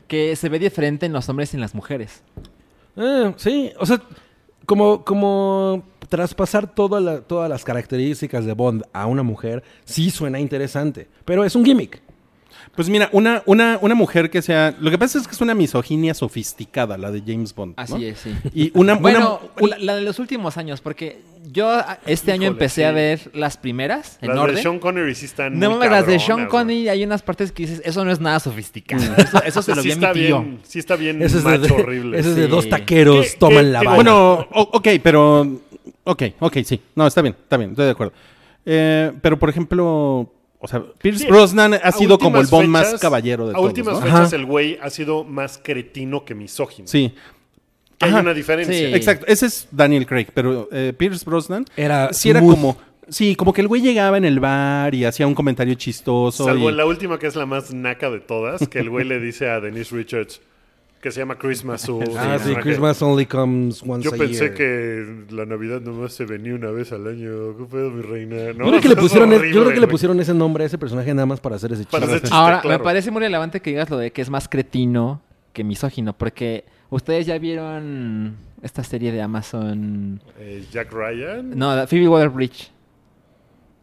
Que se ve diferente en los hombres y en las mujeres. Eh, sí, o sea, como, como traspasar toda la- todas las características de Bond a una mujer, sí suena interesante, pero es un gimmick. Pues mira, una, una, una mujer que sea. Lo que pasa es que es una misoginia sofisticada, la de James Bond. ¿no? Así es, sí. Y una. Bueno, una- la, la de los últimos años, porque yo a- este año Híjole, empecé a sí. ver las primeras en Las orden. de Sean Connery sí están no muy mames, las de cabronas, Sean güey. Mm. Connery hay unas partes que dices, eso no es nada sofisticado. Eso, eso se lo sí vi a mi está tío. bien, sí está bien Eso es de, Mm, macho de- horrible. eso es de Sí. dos taqueros ¿Qué- toman qué- la qué- bala. bueno, o- ok, pero. Ok, ok, sí. No, está bien, está bien, estoy de acuerdo. Eh, pero por ejemplo. O sea, Pierce Sí, Brosnan a ha sido como el últimas Bond más fechas- caballero de A todos. últimas ¿no? fe- fechas Ajá. el güey ha sido más cretino que misógino. Sí. que hay Ajá, una diferencia. sí. Exacto, ese es Daniel Craig, pero eh, Pierce Brosnan Era sí era smooth. como sí, como que el güey llegaba en el bar y hacía un comentario chistoso Salvo y- en la última, que es la más naca de todas, que el güey le dice a Denise Richards que se llama Christmas. su Ah, sí, personaje. Christmas only comes once Yo a pensé year. que la Navidad nomás se venía una vez al año. ¿Qué pedo, mi reina? No, yo creo que, le es pusieron, horrible, yo creo que le güey. pusieron ese nombre a ese personaje nada más para hacer ese Para chiste. hacer chiste, Ahora, claro. me parece muy relevante que digas lo de que es más cretino que misógino, porque ustedes ya vieron esta serie de Amazon. Eh, Jack Ryan. No, la- Phoebe Water Bridge.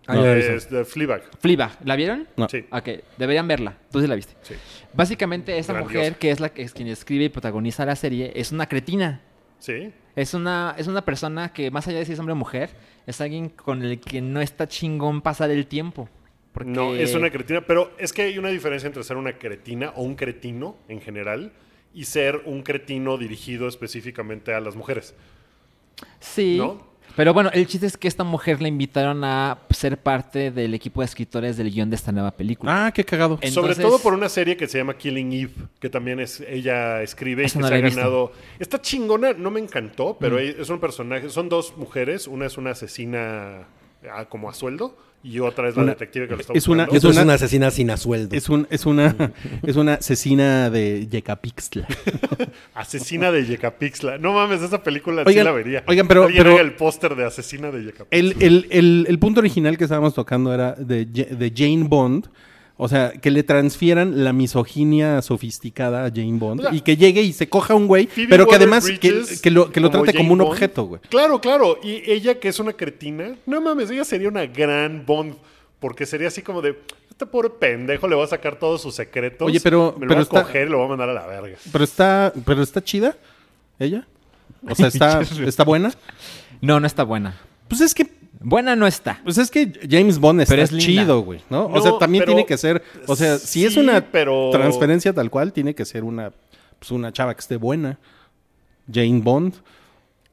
Ah, ya Eh, ves. es de Fleabag. Fliba, ¿la vieron? No. Sí, Ah. Ok, deberían verla. Tú sí la viste. sí. Básicamente, esta Grandiosa. mujer, que es la que es quien escribe y protagoniza la serie, es una cretina. Sí. Es una, es una persona que, más allá de si es hombre o mujer, es alguien con el que no está chingón pasar el tiempo. Porque- No, es una cretina. Pero es que hay una diferencia entre ser una cretina o un cretino en general y ser un cretino dirigido específicamente a las mujeres. Sí. ¿No? Pero bueno, el chiste es que esta mujer la invitaron a ser parte del equipo de escritores del guión de esta nueva película. Ah, qué cagado. En- Sobre Entonces- todo por una serie que se llama Killing Eve, que también es ella escribe y que Esa no se la ha he visto. ganado. Está chingona, no me encantó, Mm. pero es un personaje. Son dos mujeres, una es una asesina ah, como a sueldo y otra es la Una- detective que lo está es una- Y buscando. otra es una- una asesina sin asueldo. Es un es una es una asesina de Yecapixtla. Asesina de Yecapixla. No mames, esa película sí Oigan, la vería. oigan, pero- Alguien pero- haga el póster de Asesina de Yecapixla. El, el- el- el punto original que estábamos tocando era de, Ja- de Jane Bond. O sea, que le transfieran la misoginia sofisticada a Jane Bond O sea, y que llegue y se coja un güey, Phoebe pero que además que, Waller-Bridges que lo, que lo trate Jane como un Bond. objeto, güey. Claro, claro. Y ella, que es una cretina, no mames, ella sería una gran Bond. Porque sería así como de, este pobre pendejo le va a sacar todos sus secretos. Oye, pero- Me lo pero va está- a coger y lo va a mandar a la verga. Pero está, pero está chida ella. O sea, está, está buena. No, no está buena. Pues es que, Buena no está. pues es que James Bond está Pero es linda. chido, güey, ¿no? O No, sea, también pero- tiene que ser, o sea, si es sí, una pero- transferencia tal cual, tiene que ser una, pues una chava que esté buena. Jane Bond.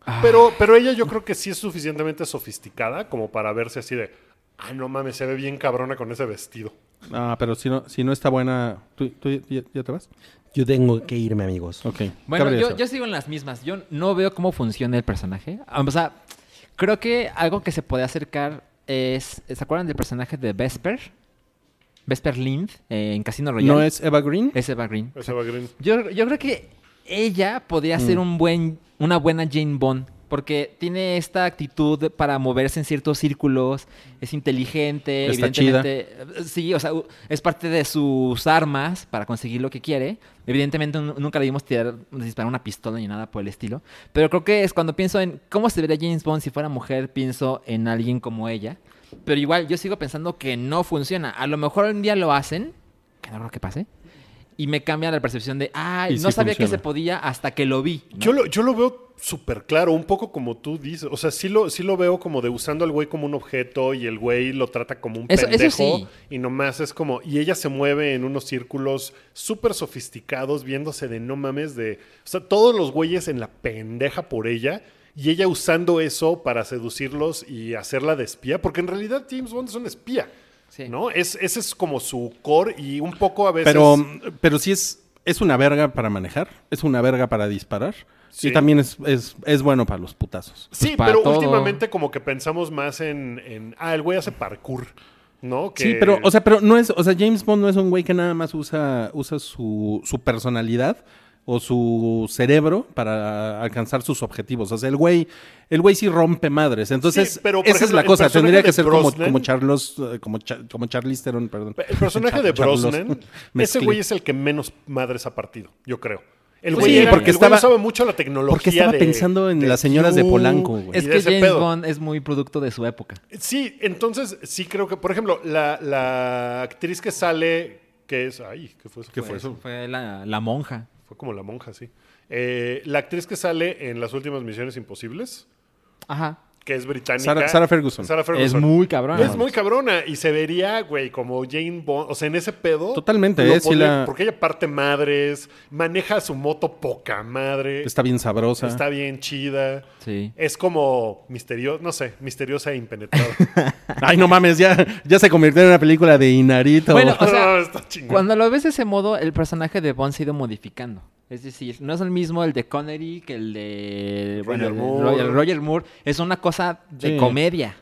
Ah. Pero, pero ella yo creo que sí es suficientemente sofisticada como para verse así de, ah, no mames, se ve bien cabrona con ese vestido. Ah, pero si no, si no está buena. ¿Tú, tú ya, ya te vas? Yo tengo que irme, amigos. Ok. Bueno, Cabre yo, eso. yo sigo en las mismas. Yo no veo cómo funciona el personaje. Ah, O sea, creo que algo que se puede acercar es... ¿Se acuerdan del personaje de Vesper? Vesper Lind eh, en Casino Royale. ¿No es Eva Green? Es Eva Green. Ese va green. Yo, yo creo que ella podría ser un buen, una buena Jane Bond. Porque tiene esta actitud para moverse en ciertos círculos, es inteligente, Está evidentemente. eh, Sí, o sea, u- es parte de sus armas para conseguir lo que quiere. Evidentemente nu- nunca le dimos tirar, disparar una pistola ni nada por el estilo. Pero creo que es cuando pienso en cómo se vería James Bond si fuera mujer, pienso en alguien como ella. Pero igual, yo sigo pensando que no funciona. A lo mejor un día lo hacen, que no creo que pase. Y me cambia la percepción de, ay, Y no sí sabía que funciona. se podía hasta que lo vi. ¿no? Yo lo, yo lo veo súper claro, un poco como tú dices. O sea, sí lo, sí lo veo como de usando al güey como un objeto y el güey lo trata como un Eso- eso pendejo. sí. Y nomás es como. Y ella se mueve en unos círculos súper sofisticados, viéndose de no mames, de. O sea, todos los güeyes en la pendeja por ella. Y ella usando eso para seducirlos y hacerla de espía. Porque en realidad James Bond es un espía. Sí. ¿No? Es, ese es como su core y un poco a veces. Pero, pero sí es, es una verga para manejar, es una verga para disparar. Sí. Y también es, es, es bueno para los putazos. Sí, para pero todo. últimamente como que pensamos más en, en, ah, el güey hace parkour, ¿no? Que- Sí, pero, o sea, pero no es, o sea, James Bond no es un güey que nada más usa, usa su, su personalidad o su cerebro para alcanzar sus objetivos. O sea, el güey, el güey sí rompe madres. Entonces, Sí, pero, por esa es ejemplo, la el cosa. personaje Tendría que de ser como, Brosnan- como Charlos, eh, como, Cha- como Charlize Theron, perdón. el personaje de Char- Charlos. Brosnan, ese Mezclé. güey es el que menos madres ha partido, yo creo. El Sí, güey, era- porque el güey estaba- sabe mucho la tecnología. porque estaba de- pensando en de las señoras de Polanco, güey. Es y de que ese James pedo. Bond es muy producto de su época. Sí, entonces sí creo que, por ejemplo, la, la actriz que sale, que es, ay, ¿qué fue eso? ¿Qué fue eso? Pues, Fue la, la monja. Fue como la monja, sí. Eh, la actriz que sale en las últimas Misiones Imposibles, Ajá. que es británica. Sarah- Sarah Ferguson. Sarah Es Ferguson. muy cabrón. Es muy cabrona y se vería, güey, como Jane Bond. O sea, en ese pedo. Totalmente, lo eh, sí pone- la- Porque ella parte madres, maneja su moto poca madre. Está, Está bien sabrosa. bien chida. Sí. Es como misteriosa, no sé, misteriosa e impenetrable. Ay, no mames, ya, ya se convirtió en una película de Inarito. Bueno, o sea, No, está chingón. Cuando lo ves de ese modo, el personaje de Bond se ha ido modificando. Es decir, no es el mismo el de Connery que el de bueno, Roger el de Moore. Roger, Roger Moore. Es una cosa de Sí. comedia.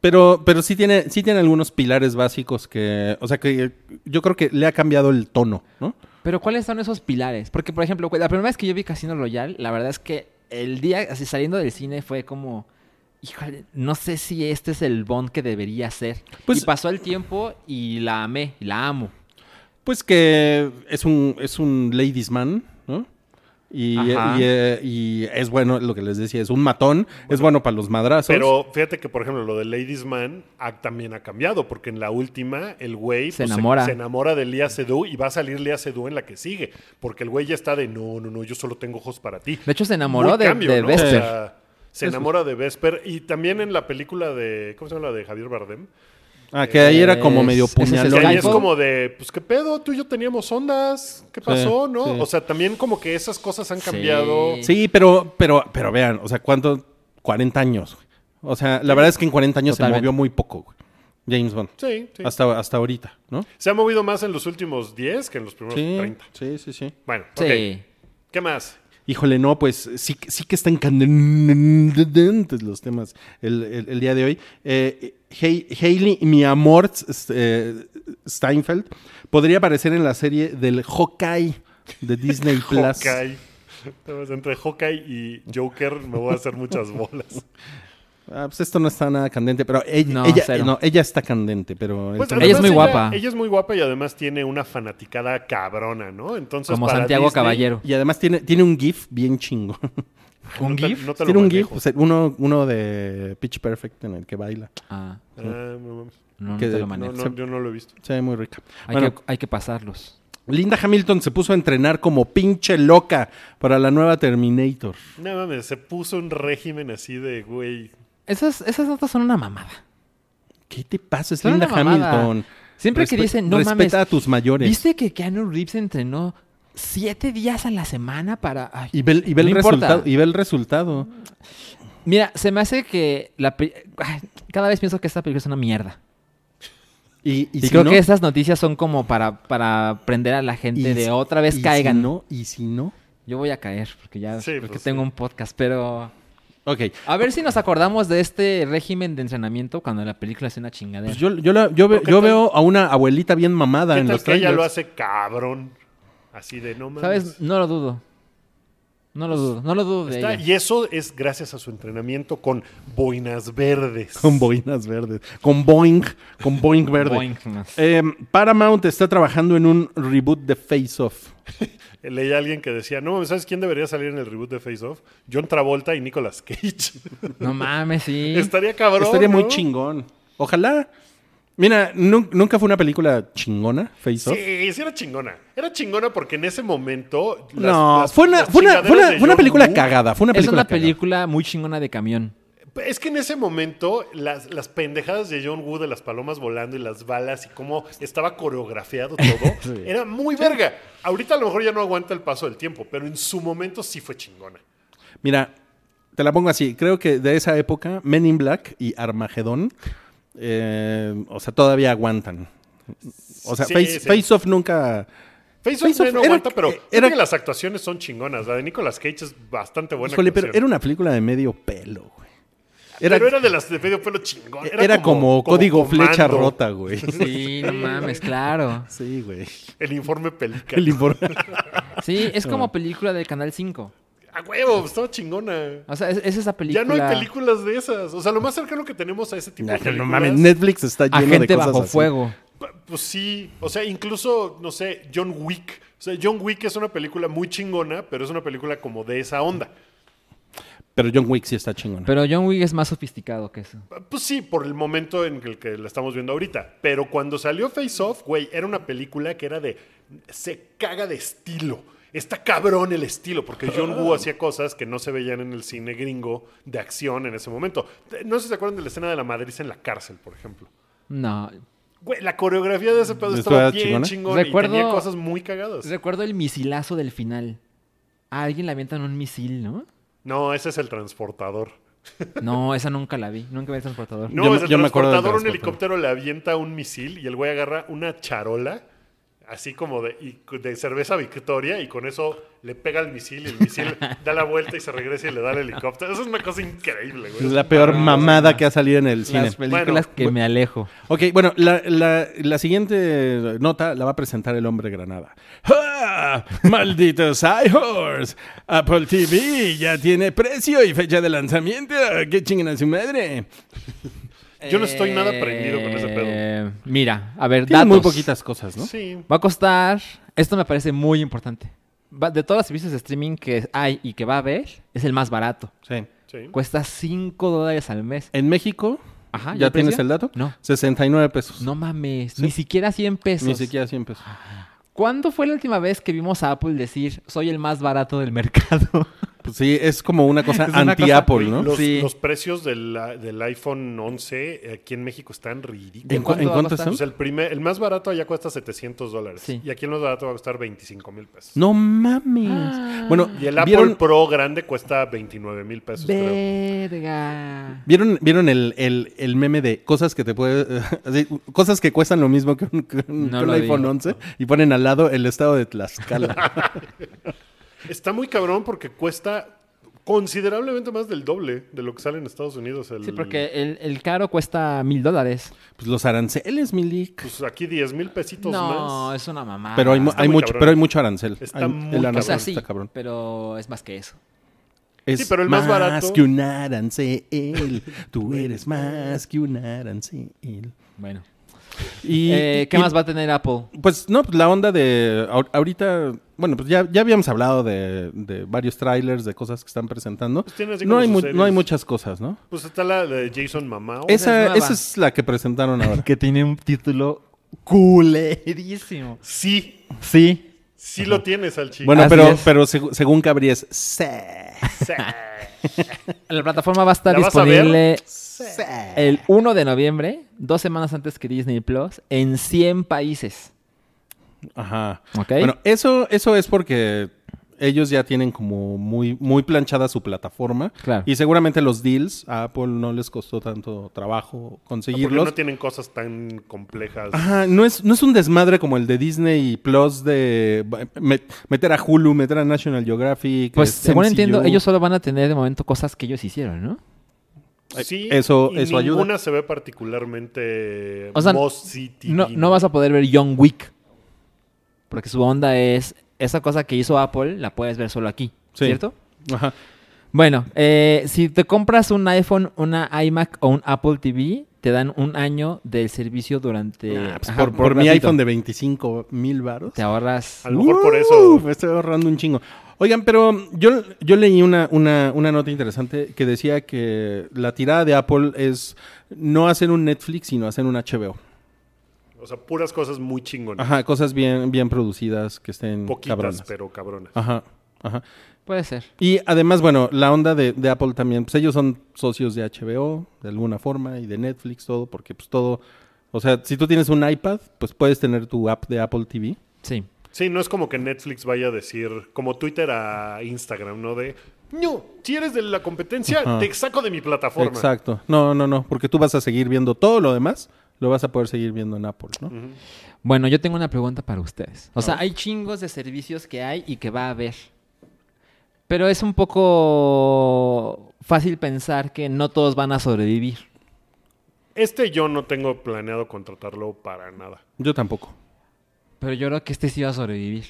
Pero, pero sí tiene, sí tiene algunos pilares básicos que, o sea, que yo creo que le ha cambiado el tono, ¿no? Pero ¿cuáles son esos pilares? Porque, por ejemplo, la primera vez que yo vi Casino Royale, la verdad es que el día, así saliendo del cine, fue como, híjole, no sé si este es el Bond que debería ser. Pues- y pasó el tiempo y la amé, y la amo. Pues que es un, es un ladies man, ¿no? Y, Ajá. y, eh, y es bueno, lo que les decía, es un matón, es bueno para los madrazos. Pero fíjate que, por ejemplo, lo de Ladies Man ha- también ha cambiado, porque en la última el güey pues, Se enamora. se, enamora de Lia Seydoux y va a salir Lia Seydoux en la que sigue, porque el güey ya está de no, no, no, yo solo tengo ojos para ti. De hecho, se Muy enamoró de- de Vesper. se enamora de Vesper y también en la película de, ¿cómo se llama? La de Javier Bardem. Ah, que ahí era como Es- medio ese es el Que puñalón. ahí es Skyfall. como de, pues qué pedo, tú y yo teníamos ondas, ¿qué pasó? ¿No? sí. O sea, también como que esas cosas han Sí. cambiado. Sí, pero, pero, pero vean, o sea, ¿cuánto? 40 años. güey. O sea, la verdad es que en 40 años se Totalmente. movió muy poco, güey. James Bond. Sí, sí. Hasta, hasta ahorita, ¿no? Se ha movido más en los últimos 10 que en los primeros Sí, 30. sí, sí, sí. Bueno, Sí. ok. ¿Qué más? Híjole, no, pues sí, que- sí que están candentes los temas el, el- el día de hoy. Eh, Hei- Hailey, mi amor, s- eh, Steinfeld, podría aparecer en la serie del Hawkeye de Disney Plus. Hawkeye. Entonces, Entre Hawkeye y Joker me voy a hacer muchas bolas. Ah, pues esto no está nada candente, pero ella, No, ella, cero. no, ella está candente, pero... él Pues, también- Ella es además, muy guapa. Ella es muy guapa y además tiene una fanaticada cabrona, ¿no? Entonces, Como para Santiago Disney- Caballero. Y además tiene, tiene un GIF bien chingo. No ¿Un te- GIF? no te lo tiene un manejo. GIF, o sea, uno, uno de Pitch Perfect en el que baila. Ah, Ah, no, no, no, no Que- te lo no, manejo. no, yo no lo he visto. Se ve muy rica. Hay, Bueno, que, hay que pasarlos. Linda Hamilton se puso a entrenar como pinche loca para la nueva Terminator. No mames, se puso un régimen así de, güey. Esas, esas notas son una mamada. ¿Qué te pasa? Es Son Linda una mamada. Hamilton. Siempre que Respe- dicen, no respeta mames. a tus mayores. ¿Viste que Keanu Reeves entrenó siete días a la semana para... Ay, Y ve, el- y ve el No importa. resultado, y ve el resultado. Mira, se me hace que la pe- Ay, cada vez pienso que esta película es una mierda. Y, y Y si creo no- que estas noticias son como para, para prender a la gente y de si- otra vez y caigan. Si no, y si no. Yo voy a caer porque ya Sí, creo que pues, tengo sí. un podcast, pero Ok. a ver si nos acordamos de este régimen de entrenamiento cuando la película es una chingadera. Pues yo, yo, la- yo, ve- ¿Qué yo tal- veo a una abuelita bien mamada ¿Qué en tal los que ella trailers. lo hace cabrón? Así de, no mames. ¿Sabes? No lo dudo. No lo dudo. No lo dudo de Está- ella. y eso es gracias a su entrenamiento con boinas verdes. Con boinas verdes. Con Boeing. Con Boeing verde. Boing, más. Eh, Paramount está trabajando en un reboot de Face Off. Leí a alguien que decía, no mames, ¿sabes quién debería salir en el reboot de Face Off? John Travolta y Nicolas Cage. No mames, sí. Estaría cabrón. Estaría muy ¿no? chingón. Ojalá. Mira, nun- nunca fue una película chingona, Face Off. Sí, sí era chingona. Era chingona porque en ese momento... las- no, las- fue una, las fue una, chingaderas fue de una- fue una John película Woo- cagada. Fue una es película una película muy chingona de camión. Es que en ese momento las, las pendejadas de John Woo de las palomas volando y las balas y cómo estaba coreografiado todo, era muy verga. Ahorita a lo mejor ya no aguanta el paso del tiempo, pero en su momento sí fue chingona. cagada. Mira, te la pongo así. Creo que de esa época, Men in Black y Armagedón, eh, o sea, todavía aguantan. O sea, Sí, Face, sí. Face Off nunca... Face Face Off Off no era- aguanta, pero eh, creo era- que las actuaciones son chingonas. La de Nicolas Cage es bastante buena Híjole, pero actuación. era una película de medio pelo, güey. Pero era de las de medio pelo chingón. era como, código flecha Comando, rota, güey. Sí, no mames, claro. Sí, güey. El informe pelica. El informe- Sí, es como película del Canal 5. A huevo, estaba chingona. O sea, es, es esa película. Ya no hay películas de esas. O sea, lo más cercano que tenemos a ese tipo de películas. no mames, Netflix está lleno de Agente cosas bajo así. fuego. Pa- Pues sí, o sea, incluso, no sé, John Wick. O sea, John Wick es una película muy chingona, pero es una película como de esa onda. Pero John Wick sí está chingón. Pero John Wick es más sofisticado que eso. Pa- Pues sí, por el momento en el que la estamos viendo ahorita. Pero cuando salió Face Off, güey, era una película que era de... Se caga de estilo. Está cabrón el estilo, porque John Woo hacía cosas que no se veían en el cine gringo de acción en ese momento. Eh, No sé si se acuerdan de la escena de la madriza en la cárcel, por ejemplo. No. Güey, la coreografía de ese pedo ¿Estaba estaba bien chingona? chingona Recuerdo- y tenía cosas muy cagadas. Recuerdo el misilazo del final. A alguien le avientan un misil, ¿no? No, ese es el transportador. No, esa nunca la vi. Nunca vi el transportador. No, Yo me- es el yo me acuerdo del transportador, un helicóptero transportador. le avienta un misil y el güey agarra una charola así como de, y cu- de cerveza Victoria y con eso le pega al misil y el misil da la vuelta y se regresa y le da el helicóptero. Eso es una cosa increíble, güey. Es la peor mamada que ha salido en el cine. Las películas que me alejo. Ok, bueno, la, la- la siguiente nota la va a presentar el hombre Granada. ¡Ah! ¡Malditos iHorse! Apple TV ya tiene precio y fecha de lanzamiento. ¡Qué chinguen a su madre! Yo no estoy nada prendido con ese pedo. Eh, Mira, a ver, Tiene datos. muy poquitas cosas, ¿no? Sí. Va a costar. Esto me parece muy importante. Va- de todos los servicios de streaming que hay y que va a haber, es el más barato. Sí. sí. Cuesta 5 dólares al mes. En México, Ajá, ¿ya tienes precio? el dato? No. 69 pesos. No mames, Sí. ni siquiera 100 pesos. Ah. Ni siquiera 100 pesos. ¿Cuándo fue la última vez que vimos a Apple decir, soy el más barato del mercado? Pues sí, es como una cosa Es una anti-Apple, cosa- ¿no? Los, Sí. los precios del, del iPhone 11 aquí en México están ridículos. ¿En, cu- cuánto en va a cuánto costar? están? Pues el, primer, el más barato allá cuesta 700 dólares. Sí. Y aquí el más barato va a costar 25 mil pesos. No mames. Ah. Bueno, Y el Apple pues, ¿vieron, Pro grande cuesta 29 mil pesos, creo. Verga. vieron, vieron el, el- el meme de cosas que te puede, así, cosas que cuestan lo mismo que un, que un- No que un lo vi. iPhone 11 y ponen al lado el estado de Tlaxcala? Está muy cabrón porque cuesta considerablemente más del doble de lo que sale en Estados Unidos. El, Sí, porque el, el caro cuesta mil dólares. pues los aranceles, Milik. Pues aquí 10 mil pesitos No, más. es una mamá. Pero hay, mu- está hay muy mucho, cabrón. pero hay mucho arancel. Está Hay- muy el arancel O sea, cabrón, sí, está cabrón. pero es más que eso. Es pero el más barato- que un arancel. Tú eres más que un arancel. Bueno. Y, Eh, ¿Qué y- más va a tener Apple? Pues no, pues, la onda de ahor- ahorita, bueno, pues ya, ya habíamos hablado de, de varios trailers, de cosas que están presentando. Pues, tiene así no, como hay sus mu- series. no hay muchas cosas, ¿no? Pues está la de Jason Mamao. es Esa, nueva. esa es la que presentaron ahora. Que tiene un título culerísimo. Sí, Sí. sí lo tienes al chico. bueno, Así pero, es. pero seg- según Cabrías, se- La plataforma va a estar ¿La vas a ver? disponible se- el 1 de noviembre, dos semanas antes que Disney Plus, en 100 países. Ajá. Ok. Bueno, eso, eso es porque ellos ya tienen como muy, muy planchada su plataforma. Claro. Y seguramente los deals a Apple no les costó tanto trabajo porque conseguirlos. no tienen cosas tan complejas. Ajá, no es, no es un desmadre como el de Disney y Plus de me- meter a Hulu, meter a National Geographic. Pues este, según MCU. entiendo, ellos solo van a tener de momento cosas que ellos hicieron, ¿no? Sí, eso- y eso ayuda. Ninguna se ve particularmente O sea, Moss City. No, no vas a poder ver Young Wick. Porque su onda es esa cosa que hizo Apple, la puedes ver solo aquí, Sí. ¿cierto? Ajá. Bueno, eh, si te compras un iPhone, una iMac o un Apple TV, te dan un año del servicio durante. Ah, pues Ajá, por, un por mi ratito. iPhone de 25 mil baros. Te ahorras. A lo mejor por eso. Me estoy ahorrando un chingo. Oigan, pero yo, yo leí una, una, una nota interesante que decía que la tirada de Apple es no hacer un Netflix, sino hacer un HBO. O sea, puras cosas muy chingonas. Ajá, cosas bien, bien producidas que estén Poquitas, cabronas. pero cabronas. Ajá, ajá. Puede ser. Y además, bueno, la onda de, de Apple también, pues ellos son socios de HBO, de alguna forma, y de Netflix, todo, porque pues todo, o sea, si tú tienes un iPad, pues puedes tener tu app de Apple TV. Sí. Sí, no es como que Netflix vaya a decir, como Twitter a Instagram, ¿no? De, no, si eres de la competencia, Ajá. te saco de mi plataforma. Exacto. No, no, no, porque tú vas a seguir viendo todo lo demás, lo vas a poder seguir viendo en Apple, ¿no? Bueno, yo tengo una pregunta para ustedes. O sea, hay chingos de servicios que hay y que va a haber. Pero es un poco fácil pensar que no todos van a sobrevivir. Este yo no tengo planeado contratarlo para nada. Yo tampoco. Pero yo creo que este sí va a sobrevivir.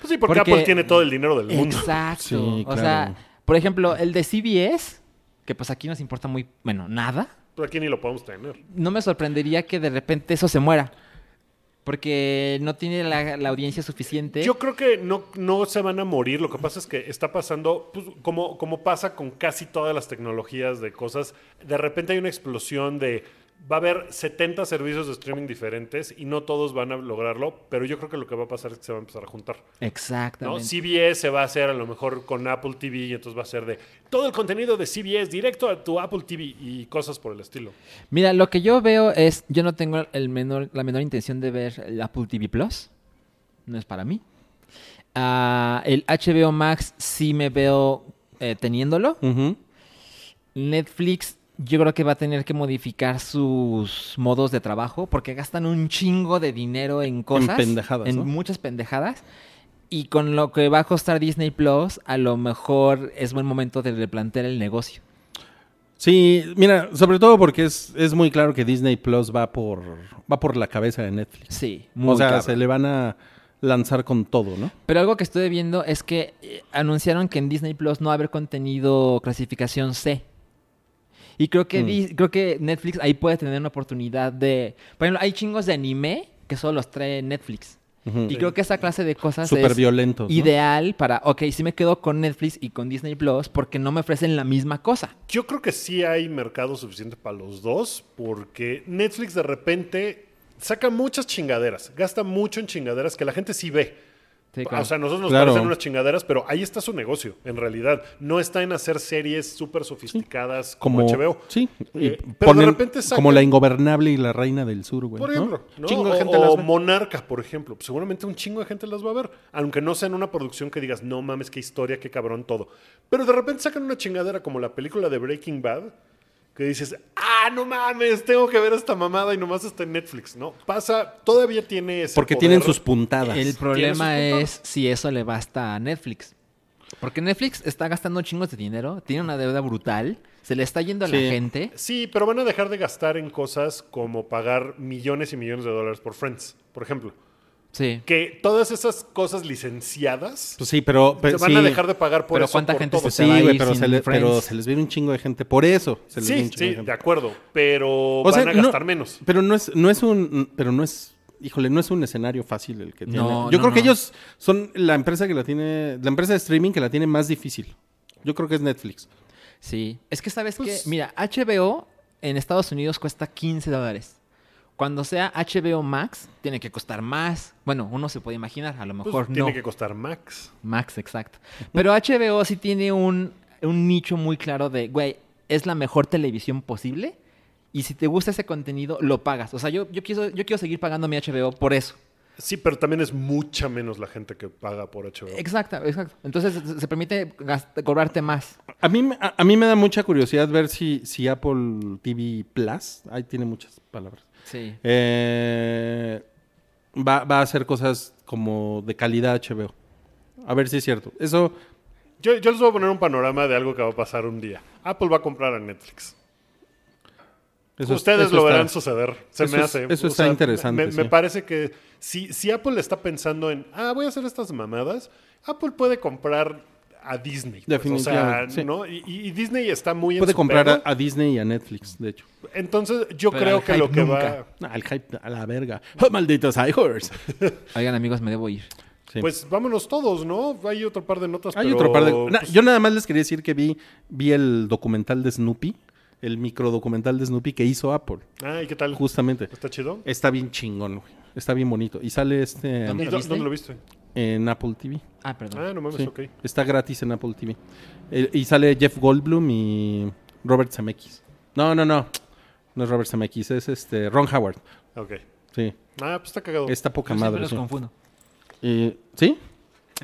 Pues sí, porque, Porque- Apple tiene todo el dinero del mundo. Exacto. Sí, O claro. sea, por ejemplo, el de CBS, que pues aquí nos importa muy, bueno, nada. Pues Aquí ni lo podemos tener. No me sorprendería que de repente eso se muera. Porque no tiene la, la audiencia suficiente. Yo creo que no, no se van a morir. Lo que pasa es que está pasando, pues, como, como pasa con casi todas las tecnologías de cosas, de repente hay una explosión de. Va a haber 70 servicios de streaming diferentes y no todos van a lograrlo, pero yo creo que lo que va a pasar es que se va a empezar a juntar. ¿no? Exactamente. CBS se va a hacer a lo mejor con Apple TV y entonces va a ser de todo el contenido de CBS directo a tu Apple TV y cosas por el estilo. Mira, lo que yo veo es, yo no tengo el menor, la menor intención de ver el Apple TV Plus. No es para mí. Ah, el HBO Max sí me veo eh, teniéndolo. Ujú. Netflix yo creo que va a tener que modificar sus modos de trabajo porque gastan un chingo de dinero en cosas. pendejadas, En ¿no? muchas pendejadas. Y con lo que va a costar Disney Plus, a lo mejor es buen momento de replantear el negocio. Sí, mira, sobre todo porque es, es muy claro que Disney Plus va por, va por la cabeza de Netflix. Sí, o sea, cabrón. se le van a lanzar con todo, ¿no? Pero algo que estuve viendo es que eh, anunciaron que en Disney Plus no va a haber contenido clasificación C. Y creo Mm. que, Dis- creo que Netflix ahí puede tener una oportunidad de... Por ejemplo, hay chingos de anime que solo los trae Netflix. Ujú. Y creo que esa clase de cosas Súper es violentos. ¿no? ideal para, ok, si me quedo con Netflix y con Disney Plus porque no me ofrecen la misma cosa. Yo creo que sí hay mercado suficiente para los dos, porque Netflix de repente saca muchas chingaderas, gasta mucho en chingaderas que la gente sí ve. Sí, O sea, a nosotros nos Claro. parecen unas chingaderas, pero ahí está su negocio, en realidad. No está en hacer series súper sofisticadas como, Como, HBO. sí, y Eh, pero ponen de repente sacan- como la ingobernable y la reina del sur, güey. Por ¿no? ejemplo, ¿no? Chingo o, de gente o las ve. Monarca, por ejemplo. Seguramente un chingo de gente las va a ver. Aunque no sea en una producción que digas, no mames, qué historia, qué cabrón todo. Pero de repente sacan una chingadera como la película de Breaking Bad, que dices, ah, no mames, tengo que ver esta mamada y nomás está en Netflix, ¿no? Pasa, todavía tiene ese Porque poder. tienen sus puntadas. El sus problema puntadas. es si eso le basta a Netflix. Porque Netflix está gastando chingos de dinero, tiene una deuda brutal, se le está yendo a Sí. la gente. Sí, pero van a dejar de gastar en cosas como pagar millones y millones de dólares por Friends, por ejemplo. Sí. Que todas esas cosas licenciadas Pues sí, pero... se pero van a sí. pues dejar de pagar por Pero eso. ¿cuánta por gente se todo. te Sí, va a güey, ir pero sin se, le, pero Friends. se les viene un chingo de gente. Por eso se les viene Sí, un chingo sí, de gente. de acuerdo, pero O sea, van a no- gastar menos. Pero no es, no es un, pero no es, híjole, no es un escenario fácil el que tiene. No, Yo no, creo que no. ellos son la empresa que la tiene, la empresa de streaming que la tiene más difícil. Yo creo que es Netflix. Sí. Es que sabes Pues- que, mira, HBO en Estados Unidos cuesta 15 dólares. Cuando sea HBO Max, tiene que costar más. Bueno, uno se puede imaginar, a lo Pues, mejor no. Tiene que costar max. Max, exacto. Pero HBO sí tiene un, un nicho muy claro de, güey, es la mejor televisión posible. Y si te gusta ese contenido, lo pagas. O sea, yo, yo, quiso- yo quiero seguir pagando mi HBO por eso. Sí, pero también es mucha menos la gente que paga por HBO. Exacto, exacto. Entonces se- se permite gast- cobrarte más. A mí, me- a, a mí me da mucha curiosidad ver si, si Apple TV Plus, ahí tiene muchas palabras, Sí. eh, va, va a hacer cosas como de calidad HBO. A ver si es cierto. Eso, Yo, yo les voy a poner un panorama de algo que va a pasar un día. Apple va a comprar a Netflix. eso Ustedes eso lo está- verán suceder. Se eso me es- hace. eso está interesante, Me, sí. me parece que si, si Apple está pensando en, ah, voy a hacer estas mamadas, Apple puede comprar a Disney. pues, o sea, Definitivamente, sí. ¿no? Y, y- y Disney está muy en Puede su comprar a, pedo. a Disney y a Netflix, de hecho. Entonces, yo Pero creo al que lo hype que va. nunca. No, el hype a la verga. ¡Oh, malditos iHorse! Oigan, amigos, me debo ir. Sí. Pues vámonos todos, ¿no? Hay otro par de notas. Hay pero, otro par de... na- pues, yo nada más les quería decir que vi, vi el documental de Snoopy, el microdocumental de Snoopy que hizo Apple, Ah, ¿y qué tal? justamente. ¿Está chido? Está bien chingón, güey. Está bien bonito. Y sale este ¿Dónde? ¿Y lo dó- viste? dónde lo viste? en Apple TV. Ah, perdón. Ah, no mames, Sí. ok. Está gratis en Apple TV. Eh, y sale Jeff Goldblum y Robert Zemeckis. No, no, no. No es Robert Zemeckis, es este Ron Howard. Ok. Sí. Ah, pues está cagado. Está poca Yo siempre madre. los sí. confundo. Eh, ¿Sí?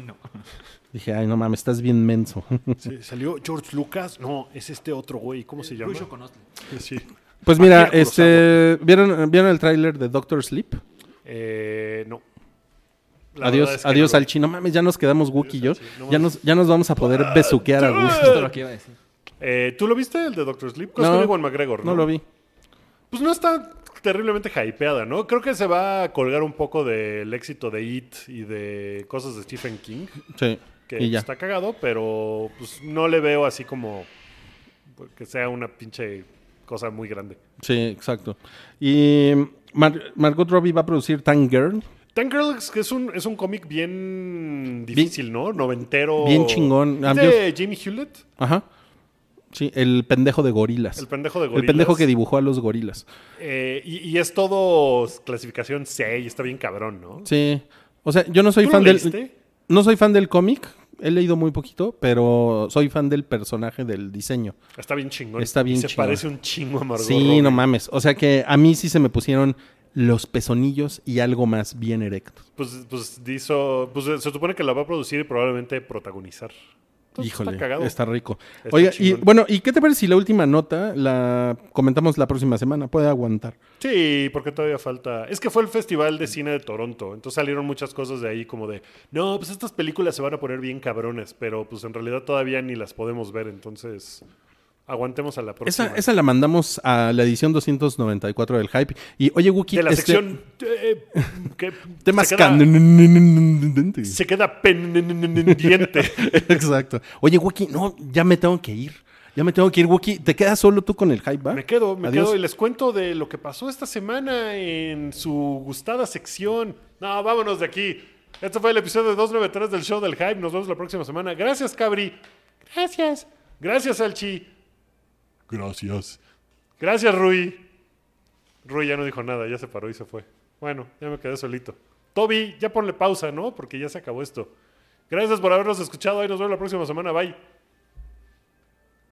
No. Dije, ay, no mames, estás bien menso. Sí, salió George Lucas. No, es este otro güey. ¿Cómo se llama? Sí. Pues mira, Akira este, ¿vieron, ¿vieron el tráiler de Doctor Sleep? Eh, no. La adiós verdad es que adiós no lo- al chino. Mames, ya nos quedamos Wookie y yo. al chino. No Ya mames. nos, ya nos vamos a poder besuquear a gusto. Esto lo que iba a decir. Eh, ¿Tú lo viste, el de Doctor Sleep? Con no, Ewan McGregor, ¿no? no lo vi. Pues no está terriblemente hypeada, ¿no? Creo que se va a colgar un poco del éxito de It y de cosas de Stephen King, Sí. que y ya. está cagado, pero pues no le veo así como que sea una pinche cosa muy grande. Sí, exacto. Y Mar- Margot Robbie va a producir Tank Girl. Tank Girl es, que es un, es un cómic bien difícil, ¿no? Noventero. bien chingón. ¿Es Ah, de Jamie Hewlett? Ajá. Sí, el pendejo de gorilas. El pendejo de El gorilas. pendejo que dibujó a los gorilas. Eh, y, y es todo clasificación C y está bien cabrón, ¿no? Sí. O sea, yo no soy ¿Tú lo fan del. leíste? No soy fan del cómic. He leído muy poquito, pero soy fan del personaje del diseño. Está bien chingón. Está bien Y se chingón. parece un chingo a Margot Sí, Robbie. no mames. O sea que a mí sí se me pusieron los pezonillos y algo más bien erectos. Pues, pues, hizo, pues se supone que la va a producir y probablemente protagonizar. Entonces, Híjole, está cagado. rico. Está Oiga, y chingón. bueno, ¿y qué te parece si la última nota la comentamos la próxima semana? Puede aguantar. Sí, porque todavía falta. Es que fue el Festival de Cine de Toronto, entonces salieron muchas cosas de ahí como de, no, pues estas películas se van a poner bien cabrones, pero pues en realidad todavía ni las podemos ver, entonces aguantemos a la próxima. Esa, esa la mandamos a la edición 294 del Hype. Y oye, Wookie, de la este, sección eh, que temas se queda, candentes. se queda pendiente. Exacto. Oye, Wookie, no, ya me tengo que ir. Ya me tengo que ir, Wookie. ¿Te quedas solo tú con el hype, va? Me quedo, me Adiós. quedo y les cuento de lo que pasó esta semana en su gustada sección. No, vámonos de aquí. Este fue el episodio 293 del show del Hype. Nos vemos la próxima semana. Gracias, Cabri. Gracias. Gracias, Alchi. Gracias. Gracias, Rui. Rui ya no dijo nada, ya se paró y se fue. Bueno, ya me quedé solito. Toby, ya ponle pausa, ¿no? Porque ya se acabó esto. Gracias por habernos escuchado. Ahí nos vemos la próxima semana. Bye.